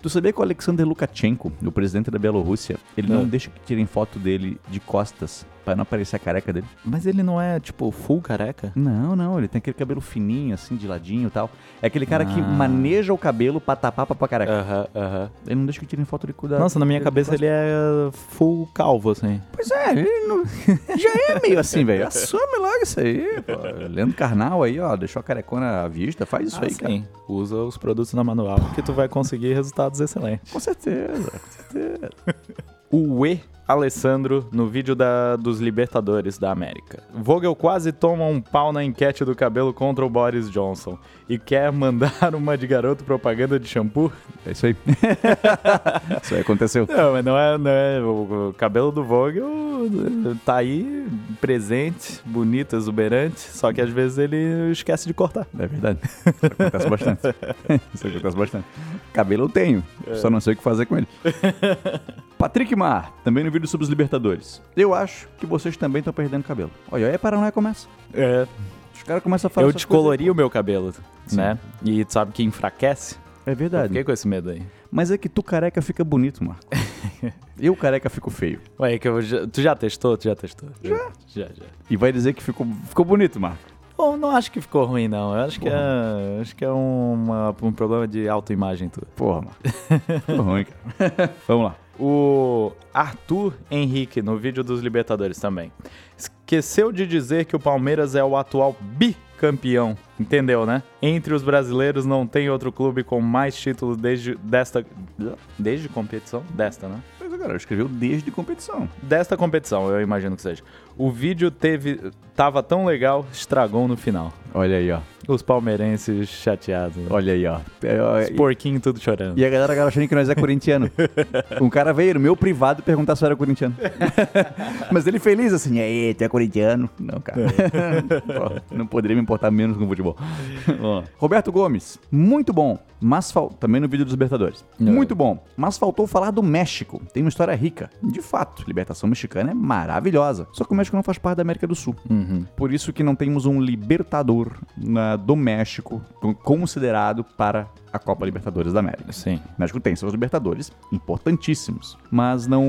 Speaker 1: Tu sabia que o Alexander Lukashenko, o presidente da Bielorrússia, ele não
Speaker 2: Ah.
Speaker 1: deixa que tirem foto dele de costas pra não aparecer a careca dele?
Speaker 2: Mas ele não é, tipo, full careca?
Speaker 1: Não, não, ele tem aquele cabelo fininho, assim, de ladinho e tal. É aquele cara que
Speaker 2: Ah.
Speaker 1: maneja o cabelo pra tapar pra careca.
Speaker 2: Aham, aham.
Speaker 1: Ele não deixa que tirem foto de cuidado.
Speaker 2: Nossa, na minha cabeça ele é full calvo, assim.
Speaker 1: Pois é, ele não... já é meio assim, velho. Assume logo isso aí, pô. Leandro Carnal aí, ó, deixou a carecona à vista, faz isso
Speaker 2: Ah,
Speaker 1: aí, cara.
Speaker 2: sim. Usa os produtos na manual que tu vai conseguir resultados excelentes.
Speaker 1: Com certeza, com certeza.
Speaker 2: O E. Alessandro, no vídeo da- dos Libertadores da América. Vogel quase toma um pau na enquete do cabelo contra o Boris Johnson e quer mandar uma de garoto propaganda de shampoo?
Speaker 1: É isso aí. isso aí aconteceu.
Speaker 2: Não, mas não é. Não é o, o cabelo do Vogel tá aí, presente, bonito, exuberante, só que às vezes ele esquece de cortar.
Speaker 1: É verdade. Isso acontece bastante. Isso acontece bastante. Cabelo eu tenho,
Speaker 2: É.
Speaker 1: só não sei o que fazer com ele. Patrick Mar, também no vídeo sobre os Libertadores. Eu acho que vocês também estão perdendo cabelo. Olha, aí a paranoia começa.
Speaker 2: É,
Speaker 1: Os caras começam a falar.
Speaker 2: eu
Speaker 1: essas coisas aí,
Speaker 2: descolori o meu cabelo,
Speaker 1: Sim.
Speaker 2: né? E tu sabe que enfraquece?
Speaker 1: pô. É
Speaker 2: Eu
Speaker 1: verdade.
Speaker 2: fiquei com esse medo aí.
Speaker 1: Mas é que tu careca fica bonito, Marco. eu careca fico feio.
Speaker 2: Ué, é que eu já- tu já testou? Tu já testou? Já. Já, já.
Speaker 1: E vai dizer que ficou, ficou bonito, Marco.
Speaker 2: Bom, não acho que ficou ruim, não. Eu acho que é, acho que é uma- um problema de autoimagem tua.
Speaker 1: Porra, Marco. Ficou ruim, cara. Vamos lá.
Speaker 2: O Arthur Henrique, no vídeo dos Libertadores também. Esqueceu de dizer que o Palmeiras é o atual bicampeão. Entendeu, né? Entre os brasileiros não tem outro clube com mais títulos desde desta. Desde competição? Desta, né?
Speaker 1: Mas agora, escreveu desde competição.
Speaker 2: Desta competição, eu imagino que seja. O vídeo teve. tava tão legal, estragou no final.
Speaker 1: Olha aí, ó.
Speaker 2: Os palmeirenses chateados. né?
Speaker 1: Olha aí, ó. É, ó,
Speaker 2: Os porquinhos tudo chorando.
Speaker 1: E a galera agora achando que nós é corintiano. Um cara veio no meu privado perguntar se eu era corintiano. Mas ele feliz assim, aí, tu é corintiano? Não, cara. Pô, Não poderia me importar menos com futebol. Ó. Roberto Gomes, muito bom, mas fal... também no vídeo dos Libertadores.
Speaker 2: Não.
Speaker 1: Muito bom, mas faltou falar do México. Tem uma história rica. De fato, libertação mexicana é maravilhosa. Só que o México não faz parte da América do Sul. Por isso que não temos um libertador na- do México con- considerado para a Copa Libertadores da América.
Speaker 2: Sim.
Speaker 1: O México tem seus Libertadores, importantíssimos, mas não.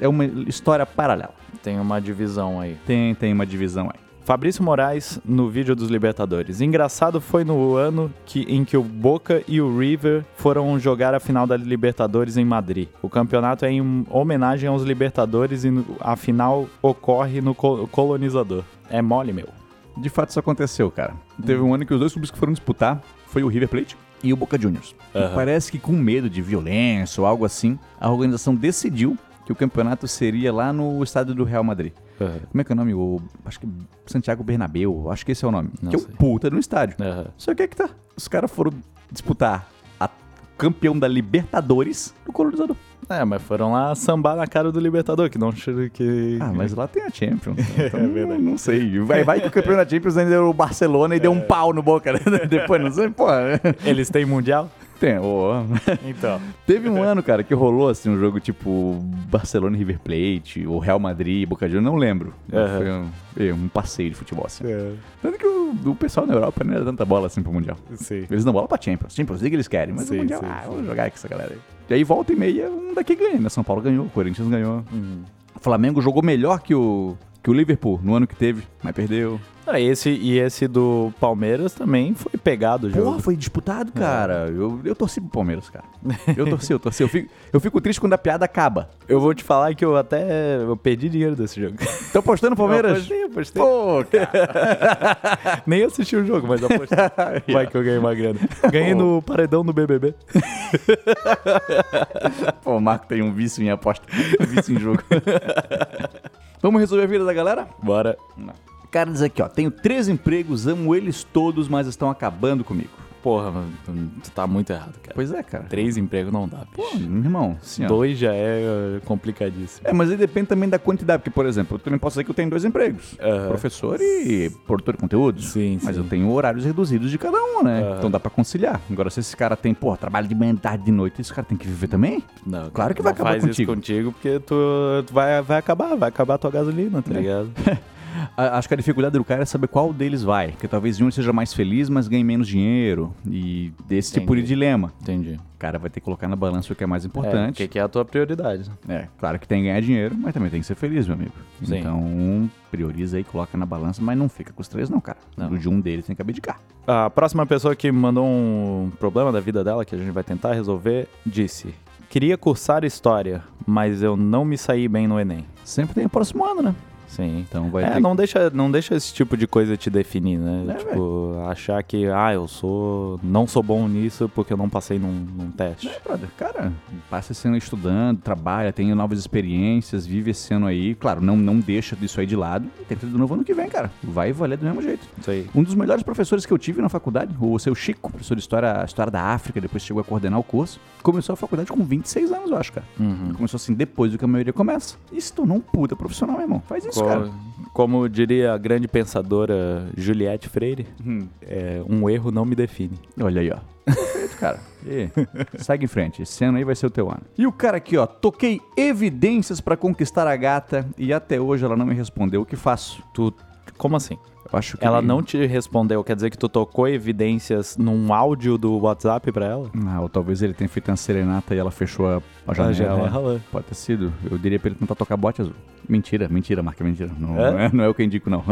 Speaker 1: É uma história paralela.
Speaker 2: Tem uma divisão aí.
Speaker 1: Tem, tem uma divisão aí.
Speaker 2: Fabrício Moraes no vídeo dos Libertadores. Engraçado foi no ano que, em que o Boca e o River foram jogar a final da Libertadores em Madrid. O campeonato é em homenagem aos Libertadores e no- a final ocorre no co- colonizador. É mole, meu.
Speaker 1: De fato, isso aconteceu, cara. Teve um ano que os dois clubes que foram disputar foi o River Plate e o Boca Juniors. E
Speaker 2: Aham.
Speaker 1: Parece que com medo de violência ou algo assim, a organização decidiu que o campeonato seria lá no estádio do Real Madrid. Como é que é o nome? O, acho que Santiago Bernabéu, acho que esse é o nome.
Speaker 2: Não
Speaker 1: que é
Speaker 2: sei.
Speaker 1: o puta no estádio.
Speaker 2: Aham.
Speaker 1: Só que é que tá. Os caras foram disputar a campeão da Libertadores do Colonizador.
Speaker 2: É, mas foram lá sambar na cara do Libertador, que não. Que...
Speaker 1: Ah, mas lá tem a Champions. Então,
Speaker 2: É verdade.
Speaker 1: Não sei. Vai, vai que o campeão da Champions ainda era o Barcelona e deu um
Speaker 2: É.
Speaker 1: pau no boca. Né? Depois, não sei, pô. né?
Speaker 2: Eles têm mundial?
Speaker 1: Tem, ô.
Speaker 2: Então.
Speaker 1: Teve um ano, cara, que rolou assim um jogo tipo Barcelona e River Plate, ou Real Madrid, e Boca Juniors, não lembro.
Speaker 2: Aham. É.
Speaker 1: Foi um, é, um passeio de futebol assim. Tanto que o, o pessoal na Europa não era tanta bola assim pro Mundial.
Speaker 2: Sim.
Speaker 1: Eles não bola pra Champions. Champions League eles querem, mas o
Speaker 2: Sim,
Speaker 1: Mundial,
Speaker 2: sim,
Speaker 1: ah,
Speaker 2: sim.
Speaker 1: vamos jogar com essa galera aí. E aí volta e meia, um daqui ganha, né? São Paulo ganhou, Corinthians ganhou.
Speaker 2: Uhum.
Speaker 1: O Flamengo jogou melhor que o, que o Liverpool no ano que teve, mas perdeu.
Speaker 2: Ah, esse, e esse do Palmeiras também foi pegado o jogo.
Speaker 1: Porra, foi disputado, cara. É, Eu, eu torci pro Palmeiras, cara. Eu torci, eu torci. Eu fico, eu fico triste quando a piada acaba.
Speaker 2: Eu vou te falar que eu até eu perdi dinheiro desse jogo.
Speaker 1: Tô postando Palmeiras?
Speaker 2: Eu apostei, apostei.
Speaker 1: Pô, cara.
Speaker 2: Nem assisti o jogo, mas apostei. Vai que eu ganhei uma grana. Ganhei no paredão do BBB.
Speaker 1: Pô, o Marco tem um vício em aposta, um vício em jogo. Vamos resolver a vida da galera?
Speaker 2: Bora.
Speaker 1: O cara diz aqui, ó. Tenho três empregos, amo eles todos, mas estão acabando comigo.
Speaker 2: Porra, mano, tu tá muito errado, cara.
Speaker 1: Pois é, cara.
Speaker 2: Três empregos não dá,
Speaker 1: Pô,
Speaker 2: bicho.
Speaker 1: meu irmão, assim, ó.
Speaker 2: Dois já é eh, complicadíssimo.
Speaker 1: É, mas aí depende também da quantidade, porque, por exemplo, eu também posso dizer que eu tenho dois empregos.
Speaker 2: Aham.
Speaker 1: É, Professor e produtor de conteúdos.
Speaker 2: É. Sim,
Speaker 1: Mas
Speaker 2: sim.
Speaker 1: eu tenho horários reduzidos de cada um, né?
Speaker 2: Aham.
Speaker 1: Então dá pra conciliar. Agora, se esse cara tem, pô, trabalho de manhã, tarde, de noite, esse cara tem que viver também?
Speaker 2: Não,
Speaker 1: Claro que vai
Speaker 2: não
Speaker 1: acabar
Speaker 2: faz
Speaker 1: contigo.
Speaker 2: Isso contigo porque tu, tu vai, vai acabar, vai acabar a tua gasolina,
Speaker 1: É.
Speaker 2: tá ligado?
Speaker 1: A- Acho que a dificuldade do cara é saber qual deles vai. Porque talvez um seja mais feliz, mas ganhe menos dinheiro. E desse tipo de
Speaker 2: Entendi.
Speaker 1: dilema.
Speaker 2: Entendi.
Speaker 1: O cara vai ter que colocar na balança o que é mais
Speaker 2: Importante.
Speaker 1: importante.
Speaker 2: o que é a tua prioridade?
Speaker 1: É, claro que tem que ganhar dinheiro, mas também tem que ser feliz, meu amigo.
Speaker 2: Sim.
Speaker 1: Então, prioriza aí, coloca na balança, mas não fica com os três, não, cara.
Speaker 2: Não.
Speaker 1: O de um deles tem que abdicar.
Speaker 2: A próxima pessoa que mandou um problema da vida dela, que a gente vai tentar resolver, disse: Queria cursar história, mas eu não me saí bem no Enem.
Speaker 1: Sempre tem o próximo ano, né?
Speaker 2: Sim.
Speaker 1: Então vai
Speaker 2: é,
Speaker 1: ter.
Speaker 2: não, deixa, não deixa esse tipo de coisa te definir, né?
Speaker 1: É,
Speaker 2: tipo, achar que, ah, eu sou. não sou bom nisso porque eu não passei num, num teste.
Speaker 1: É, brother, cara, passa esse ano estudando, trabalha, tem novas experiências, vive esse ano aí. Claro, não, não deixa disso aí de lado. E tenta de novo ano que vem, cara. Vai valer do mesmo jeito.
Speaker 2: Isso aí.
Speaker 1: Um dos melhores professores que eu tive na faculdade, o seu Chico, professor de história, história da África, depois chegou a coordenar o curso, começou a faculdade com 26 anos, eu acho, cara.
Speaker 2: Uhum.
Speaker 1: Começou assim depois do que a maioria começa. E se tornou um puta profissional, meu irmão. Faz isso, cara.
Speaker 2: Como, como diria a grande pensadora Juliette Freire, é, um erro não me define.
Speaker 1: Olha aí, ó. Perfeito, cara. E segue em frente. Esse ano aí vai ser o teu ano. E o cara aqui, ó. Toquei evidências pra conquistar a gata e até hoje ela não me respondeu. O que faço?
Speaker 2: Tu. Como assim?
Speaker 1: Eu acho que.
Speaker 2: Ela não te respondeu, quer dizer que tu tocou evidências num áudio do WhatsApp pra ela?
Speaker 1: Ah, ou talvez ele tenha feito uma serenata e ela fechou a, a janela. Pode ter sido. Eu diria pra ele tentar tocar bote azul. Mentira, mentira, marca mentira. Não
Speaker 2: É?
Speaker 1: não é, não é o que eu indico, não.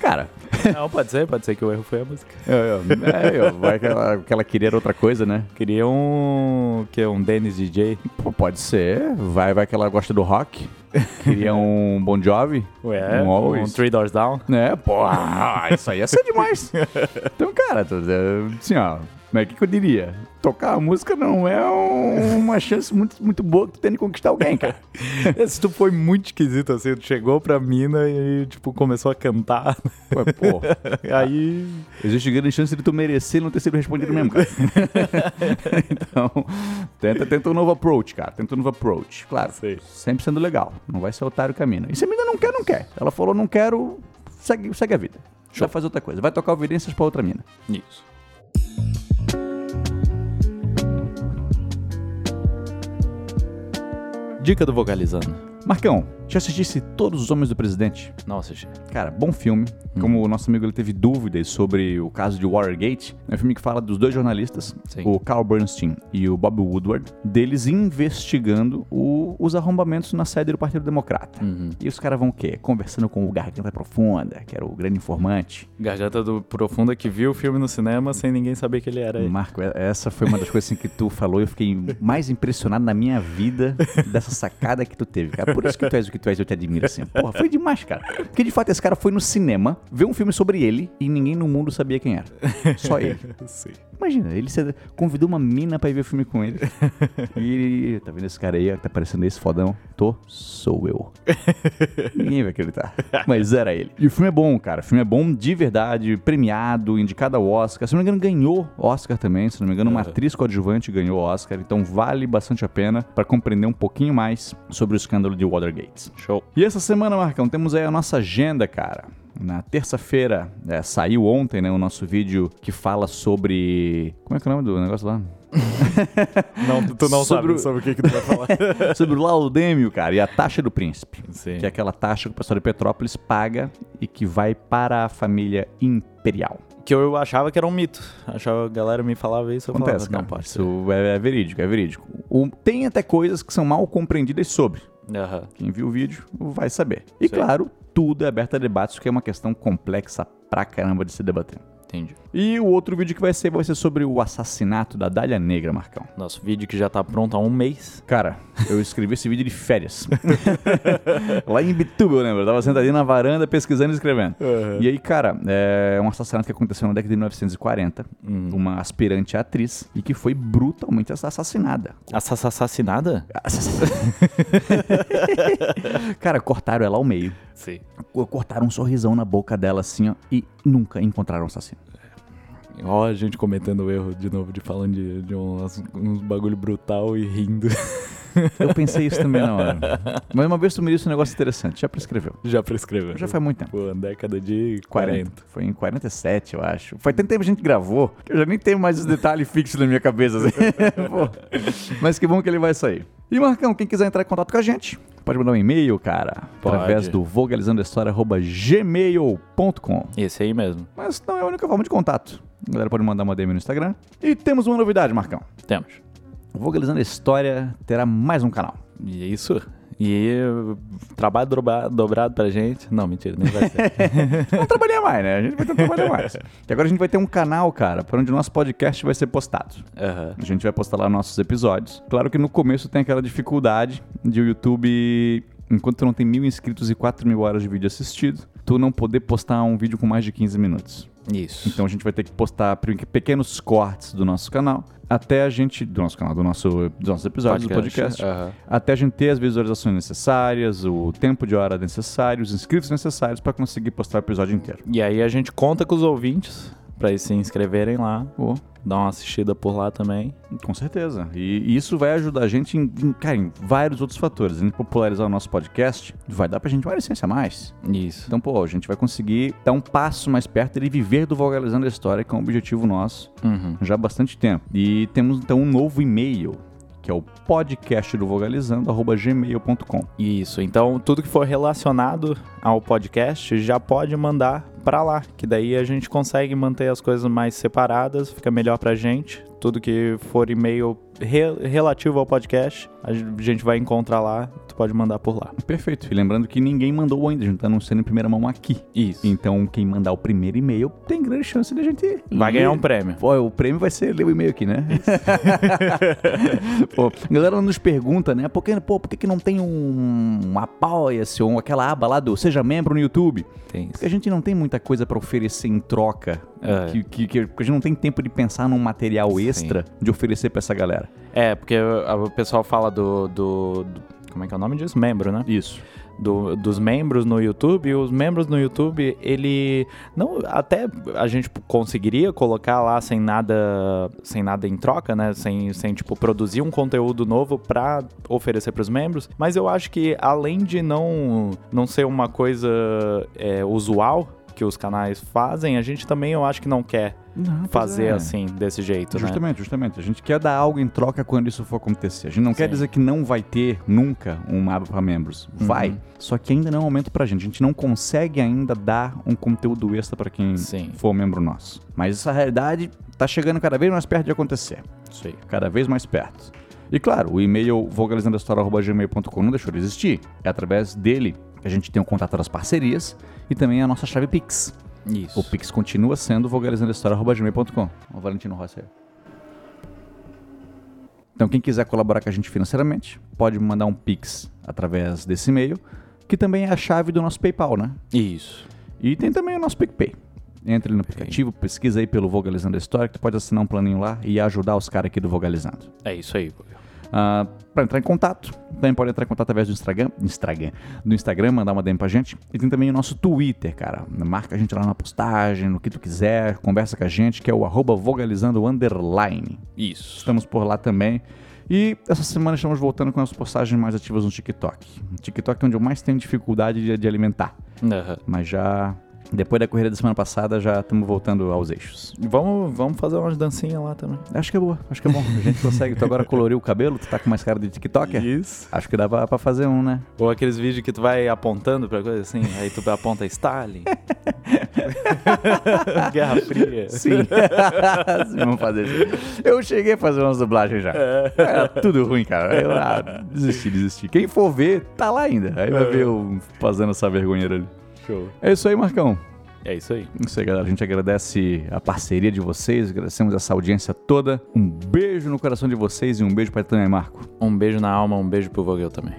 Speaker 1: cara,
Speaker 2: Não, pode ser, pode ser que o erro foi a música.
Speaker 1: é, eu- vai que ela, o que ela queria era outra coisa, né?
Speaker 2: Queria um. que um Dennis DJ.
Speaker 1: Pô, pode ser. Vai, vai que ela gosta do rock. Queria um Bon Jovi.
Speaker 2: Ué,
Speaker 1: um
Speaker 2: um,
Speaker 1: Always.
Speaker 2: Three Doors Down.
Speaker 1: É, porra, isso aí ia ser demais. Então, cara, tu- é, assim, ó, mas o que, que eu diria? Tocar a música não é um- uma chance muito, muito boa que tu tem de conquistar alguém, cara.
Speaker 2: Se tu foi muito esquisito assim, tu chegou pra mina e, tipo, começou a cantar. né?
Speaker 1: Pô, pô,
Speaker 2: Aí.
Speaker 1: existe grande chance de tu merecer e não ter sido respondido mesmo, cara. Então, tenta, tenta um novo approach, cara. Tenta um novo approach. Claro,
Speaker 2: Sei.
Speaker 1: sempre sendo legal. Não vai ser otário que a mina. E se a mina não quer, não quer. Ela falou, não quero, segue, segue a vida. Vai fazer outra coisa. Vai tocar evidências pra outra mina.
Speaker 2: Isso. Dica do vocalizando.
Speaker 1: Marcão, já assistisse Todos os Homens do Presidente?
Speaker 2: Nossa, gente.
Speaker 1: Cara, bom filme. Como o nosso amigo ele teve dúvidas sobre o caso de Watergate, é um filme que fala dos dois jornalistas,
Speaker 2: Sim.
Speaker 1: o Carl Bernstein e o Bob Woodward, deles investigando o- os arrombamentos na sede do Partido Democrata. E os caras vão o quê? Conversando com o Garganta Profunda, que era o grande informante.
Speaker 2: Garganta do Profunda que viu o filme no cinema sem ninguém saber que ele era ele.
Speaker 1: Marco, e- essa foi uma das coisas assim, que tu falou e eu fiquei mais impressionado na minha vida dessa sacada que tu teve, cara. Por isso que tu és o que tu és, eu te admiro assim. Porra, foi demais, cara. Porque de fato esse cara foi no cinema, ver um filme sobre ele e ninguém no mundo sabia quem era. Só ele.
Speaker 2: Sim.
Speaker 1: Imagina, ele se- convidou uma mina pra ir ver filme com ele. E tá vendo esse cara aí, ó, que tá parecendo esse fodão? Tô, sou eu. Ninguém vai acreditar. Mas era ele. E o filme é bom, cara. O filme é bom de verdade, premiado, indicado ao Oscar. Se não me engano, ganhou Oscar também. Se não me engano, uma atriz coadjuvante ganhou Oscar. Então vale bastante a pena pra compreender um pouquinho mais sobre o escândalo de Watergate.
Speaker 2: Show.
Speaker 1: E essa semana, Marcão, temos aí a nossa agenda, cara. Na terça-feira, é, saiu ontem, né, o nosso vídeo que fala sobre. Como é que é o nome do negócio lá?
Speaker 2: Não, tu não
Speaker 1: Sobre o-
Speaker 2: sobre... sabe sobre o que, que tu vai falar.
Speaker 1: sobre o laudêmio, cara, e a taxa do príncipe.
Speaker 2: Sim.
Speaker 1: Que é aquela taxa que o pessoal de Petrópolis paga e que vai para a família imperial.
Speaker 2: Que eu achava que era um mito. Achava a galera me falava isso, eu
Speaker 1: Acontece,
Speaker 2: falava,
Speaker 1: cara.
Speaker 2: não pode ser.
Speaker 1: Isso é, é verídico, é verídico. O- tem até coisas que são mal compreendidas sobre.
Speaker 2: Aham.
Speaker 1: Quem viu o vídeo vai saber. E
Speaker 2: Sim.
Speaker 1: claro, tudo é aberto a debates, que é uma questão complexa pra caramba de se debater.
Speaker 2: Entendi.
Speaker 1: E o outro vídeo que vai ser vai ser sobre o assassinato da Dália Negra, Marcão.
Speaker 2: Nosso vídeo que já tá pronto há um mês.
Speaker 1: Cara, eu escrevi esse vídeo de férias. Lá em Bituba, eu lembro. Eu tava sentadinho na varanda pesquisando e escrevendo. E aí, cara, é um assassinato que aconteceu na década de 1940. Uma aspirante atriz e que foi brutalmente assassinada.
Speaker 2: Assa- Assassinada?
Speaker 1: cara, cortaram ela ao meio.
Speaker 2: Sim.
Speaker 1: Cortaram um sorrisão na boca dela, assim, ó. E nunca encontraram o assassino.
Speaker 2: Ó, a gente cometendo erro de novo, de falando de, de uns, uns bagulho brutal e rindo.
Speaker 1: Eu pensei isso também na hora. Mas uma vez tu me disse um negócio interessante. Já prescreveu.
Speaker 2: Já prescreveu.
Speaker 1: Já faz muito tempo.
Speaker 2: Pô, década de 40.
Speaker 1: 40. Foi em 47, eu acho. Foi tanto tempo que a gente gravou que eu já nem tenho mais os detalhes fixos na minha cabeça. assim. Pô. Mas que bom que ele vai sair. E Marcão, quem quiser entrar em contato com a gente, pode mandar um e-mail, cara.
Speaker 2: Pode.
Speaker 1: Através do vogalizandohistoria.gmail.com
Speaker 2: Esse aí mesmo.
Speaker 1: Mas não é a única forma de contato. A galera pode mandar uma DM no Instagram. E temos uma novidade, Marcão.
Speaker 2: Temos.
Speaker 1: O Vogalizando a História terá mais um canal.
Speaker 2: E é isso. E eh, trabalho dobra- dobrado pra gente. Não, mentira, nem vai ser.
Speaker 1: Não trabalhar mais, né? A gente vai tentar trabalhar mais. Que agora a gente vai ter um canal, cara, para onde o nosso podcast vai ser postado.
Speaker 2: Aham.
Speaker 1: A gente vai postar lá nossos episódios. Claro que no começo tem aquela dificuldade de o YouTube, enquanto tu não tem mil inscritos e 4 mil horas de vídeo assistido, tu não poder postar um vídeo com mais de 15 minutos.
Speaker 2: Isso.
Speaker 1: Então a gente vai ter que postar pe- pequenos cortes do nosso canal até a gente. Do nosso canal, do nosso, dos nossos episódios, do podcast.
Speaker 2: Aham.
Speaker 1: Até a gente ter as visualizações necessárias, o tempo de hora necessário, os inscritos necessários para conseguir postar o episódio inteiro.
Speaker 2: E aí a gente conta com os ouvintes pra eles se inscreverem lá,
Speaker 1: Ô,
Speaker 2: dar uma assistida por lá também.
Speaker 1: Com certeza. E isso vai ajudar a gente em, em, cara, em vários outros fatores. A gente popularizar o nosso podcast vai dar pra gente uma licença a mais.
Speaker 2: Isso.
Speaker 1: Então, pô, a gente vai conseguir dar um passo mais perto e viver do Vogalizando a História, que é um objetivo nosso
Speaker 2: Uhum.
Speaker 1: já há bastante tempo. E temos então um novo e-mail, que é o podcast do Vogalizando, arroba gmail.com.
Speaker 2: Isso. Então, tudo que for relacionado ao podcast já pode mandar pra lá, que daí a gente consegue manter as coisas mais separadas, fica melhor pra gente. Tudo que for e-mail re- relativo ao podcast, a gente vai encontrar lá, tu pode mandar por lá.
Speaker 1: Perfeito. E lembrando que ninguém mandou ainda, a gente tá anunciando em primeira mão aqui.
Speaker 2: Isso.
Speaker 1: Então, quem mandar o primeiro e-mail tem grande chance de a gente
Speaker 2: Vai
Speaker 1: ler.
Speaker 2: ganhar um prêmio.
Speaker 1: Pô, o prêmio vai ser ler o e-mail aqui, né? pô, a galera nos pergunta, né? Por que, pô, por que, que não tem um, um apoia-se ou aquela aba lá do Seja Membro no YouTube?
Speaker 2: Tem
Speaker 1: Porque a gente não tem muita coisa pra oferecer em troca.
Speaker 2: É.
Speaker 1: Que, que- que- porque a gente não tem tempo de pensar num material extra de oferecer pra essa galera.
Speaker 2: É, porque a- o pessoal fala do, do- do- Como é que é o nome disso? Membro, né?
Speaker 1: Isso.
Speaker 2: Do- dos membros no YouTube. E os membros no YouTube, ele. não Até a gente conseguiria colocar lá sem nada sem nada em troca, né? Sem, sem tipo, produzir um conteúdo novo pra oferecer pros membros. Mas eu acho que, além de não, não ser uma coisa é, usual que os canais fazem, a gente também, eu acho que não quer fazer assim, desse jeito, né?
Speaker 1: é. Justamente, justamente. A gente quer dar algo em troca quando isso for acontecer. A gente não quer
Speaker 2: Sim. Uhum.
Speaker 1: dizer que não vai ter nunca uma aba para membros. Vai. Só que ainda não é o momento pra gente. A gente não consegue ainda dar um conteúdo extra pra quem
Speaker 2: Sim.
Speaker 1: for membro nosso. Mas essa realidade tá chegando cada vez mais perto de acontecer.
Speaker 2: Isso aí.
Speaker 1: Cada vez mais perto. E claro, o e-mail vogalizandohistoria.gmail.com não deixou de existir. É através dele que a gente tem o contato das parcerias e também a nossa chave Pix.
Speaker 2: Isso.
Speaker 1: O Pix continua sendo vogalizandohistoria.gmail.com. O Valentino Rossi aí. Então, quem quiser colaborar com a gente financeiramente, pode mandar um Pix através desse e-mail, que também é a chave do nosso PayPal, né?
Speaker 2: Isso.
Speaker 1: E tem também o nosso PicPay. Entre no aplicativo, pesquisa aí pelo Vogalizando a História, que tu pode assinar um planinho lá e ajudar os caras aqui do Vogalizando.
Speaker 2: É isso aí. Guga.
Speaker 1: Ah, pra entrar em contato. Também pode entrar em contato através do Instagram, Instagram, do Instagram, mandar uma DM pra gente. E tem também o nosso Twitter, cara. Marca a gente lá na postagem, no que tu quiser, conversa com a gente, que é o arroba vogalizando underline.
Speaker 2: Isso.
Speaker 1: Estamos por lá também. E essa semana estamos voltando com as postagens mais ativas no TikTok. O TikTok é onde eu mais tenho dificuldade de, de alimentar.
Speaker 2: Aham.
Speaker 1: Mas já, depois da corrida da semana passada, já estamos voltando aos eixos.
Speaker 2: Vamos, vamos fazer umas dancinhas lá também.
Speaker 1: Acho que é boa, acho que é bom. A gente consegue. Tu agora coloriu o cabelo, tu tá com mais cara de TikToker?
Speaker 2: Isso.
Speaker 1: Acho que dá pra, pra fazer um, né?
Speaker 2: é Ou aqueles vídeos que tu vai apontando pra coisa assim, aí tu aponta Stalin. Guerra Fria.
Speaker 1: Sim. Sim, Vamos fazer isso. Eu cheguei a fazer umas dublagens já. Era tudo ruim, cara. Eu ah, desisti, desisti. Quem for ver, tá lá ainda. Aí vai ver eu fazendo essa vergonheira ali.
Speaker 2: Show.
Speaker 1: É isso aí, Marcão.
Speaker 2: É isso aí.
Speaker 1: É Isso aí, galera. A gente agradece a parceria de vocês, agradecemos essa audiência toda. Um beijo no coração de vocês e um beijo pra Tânia e Marco.
Speaker 2: Um beijo na alma, um beijo pro Vogel também.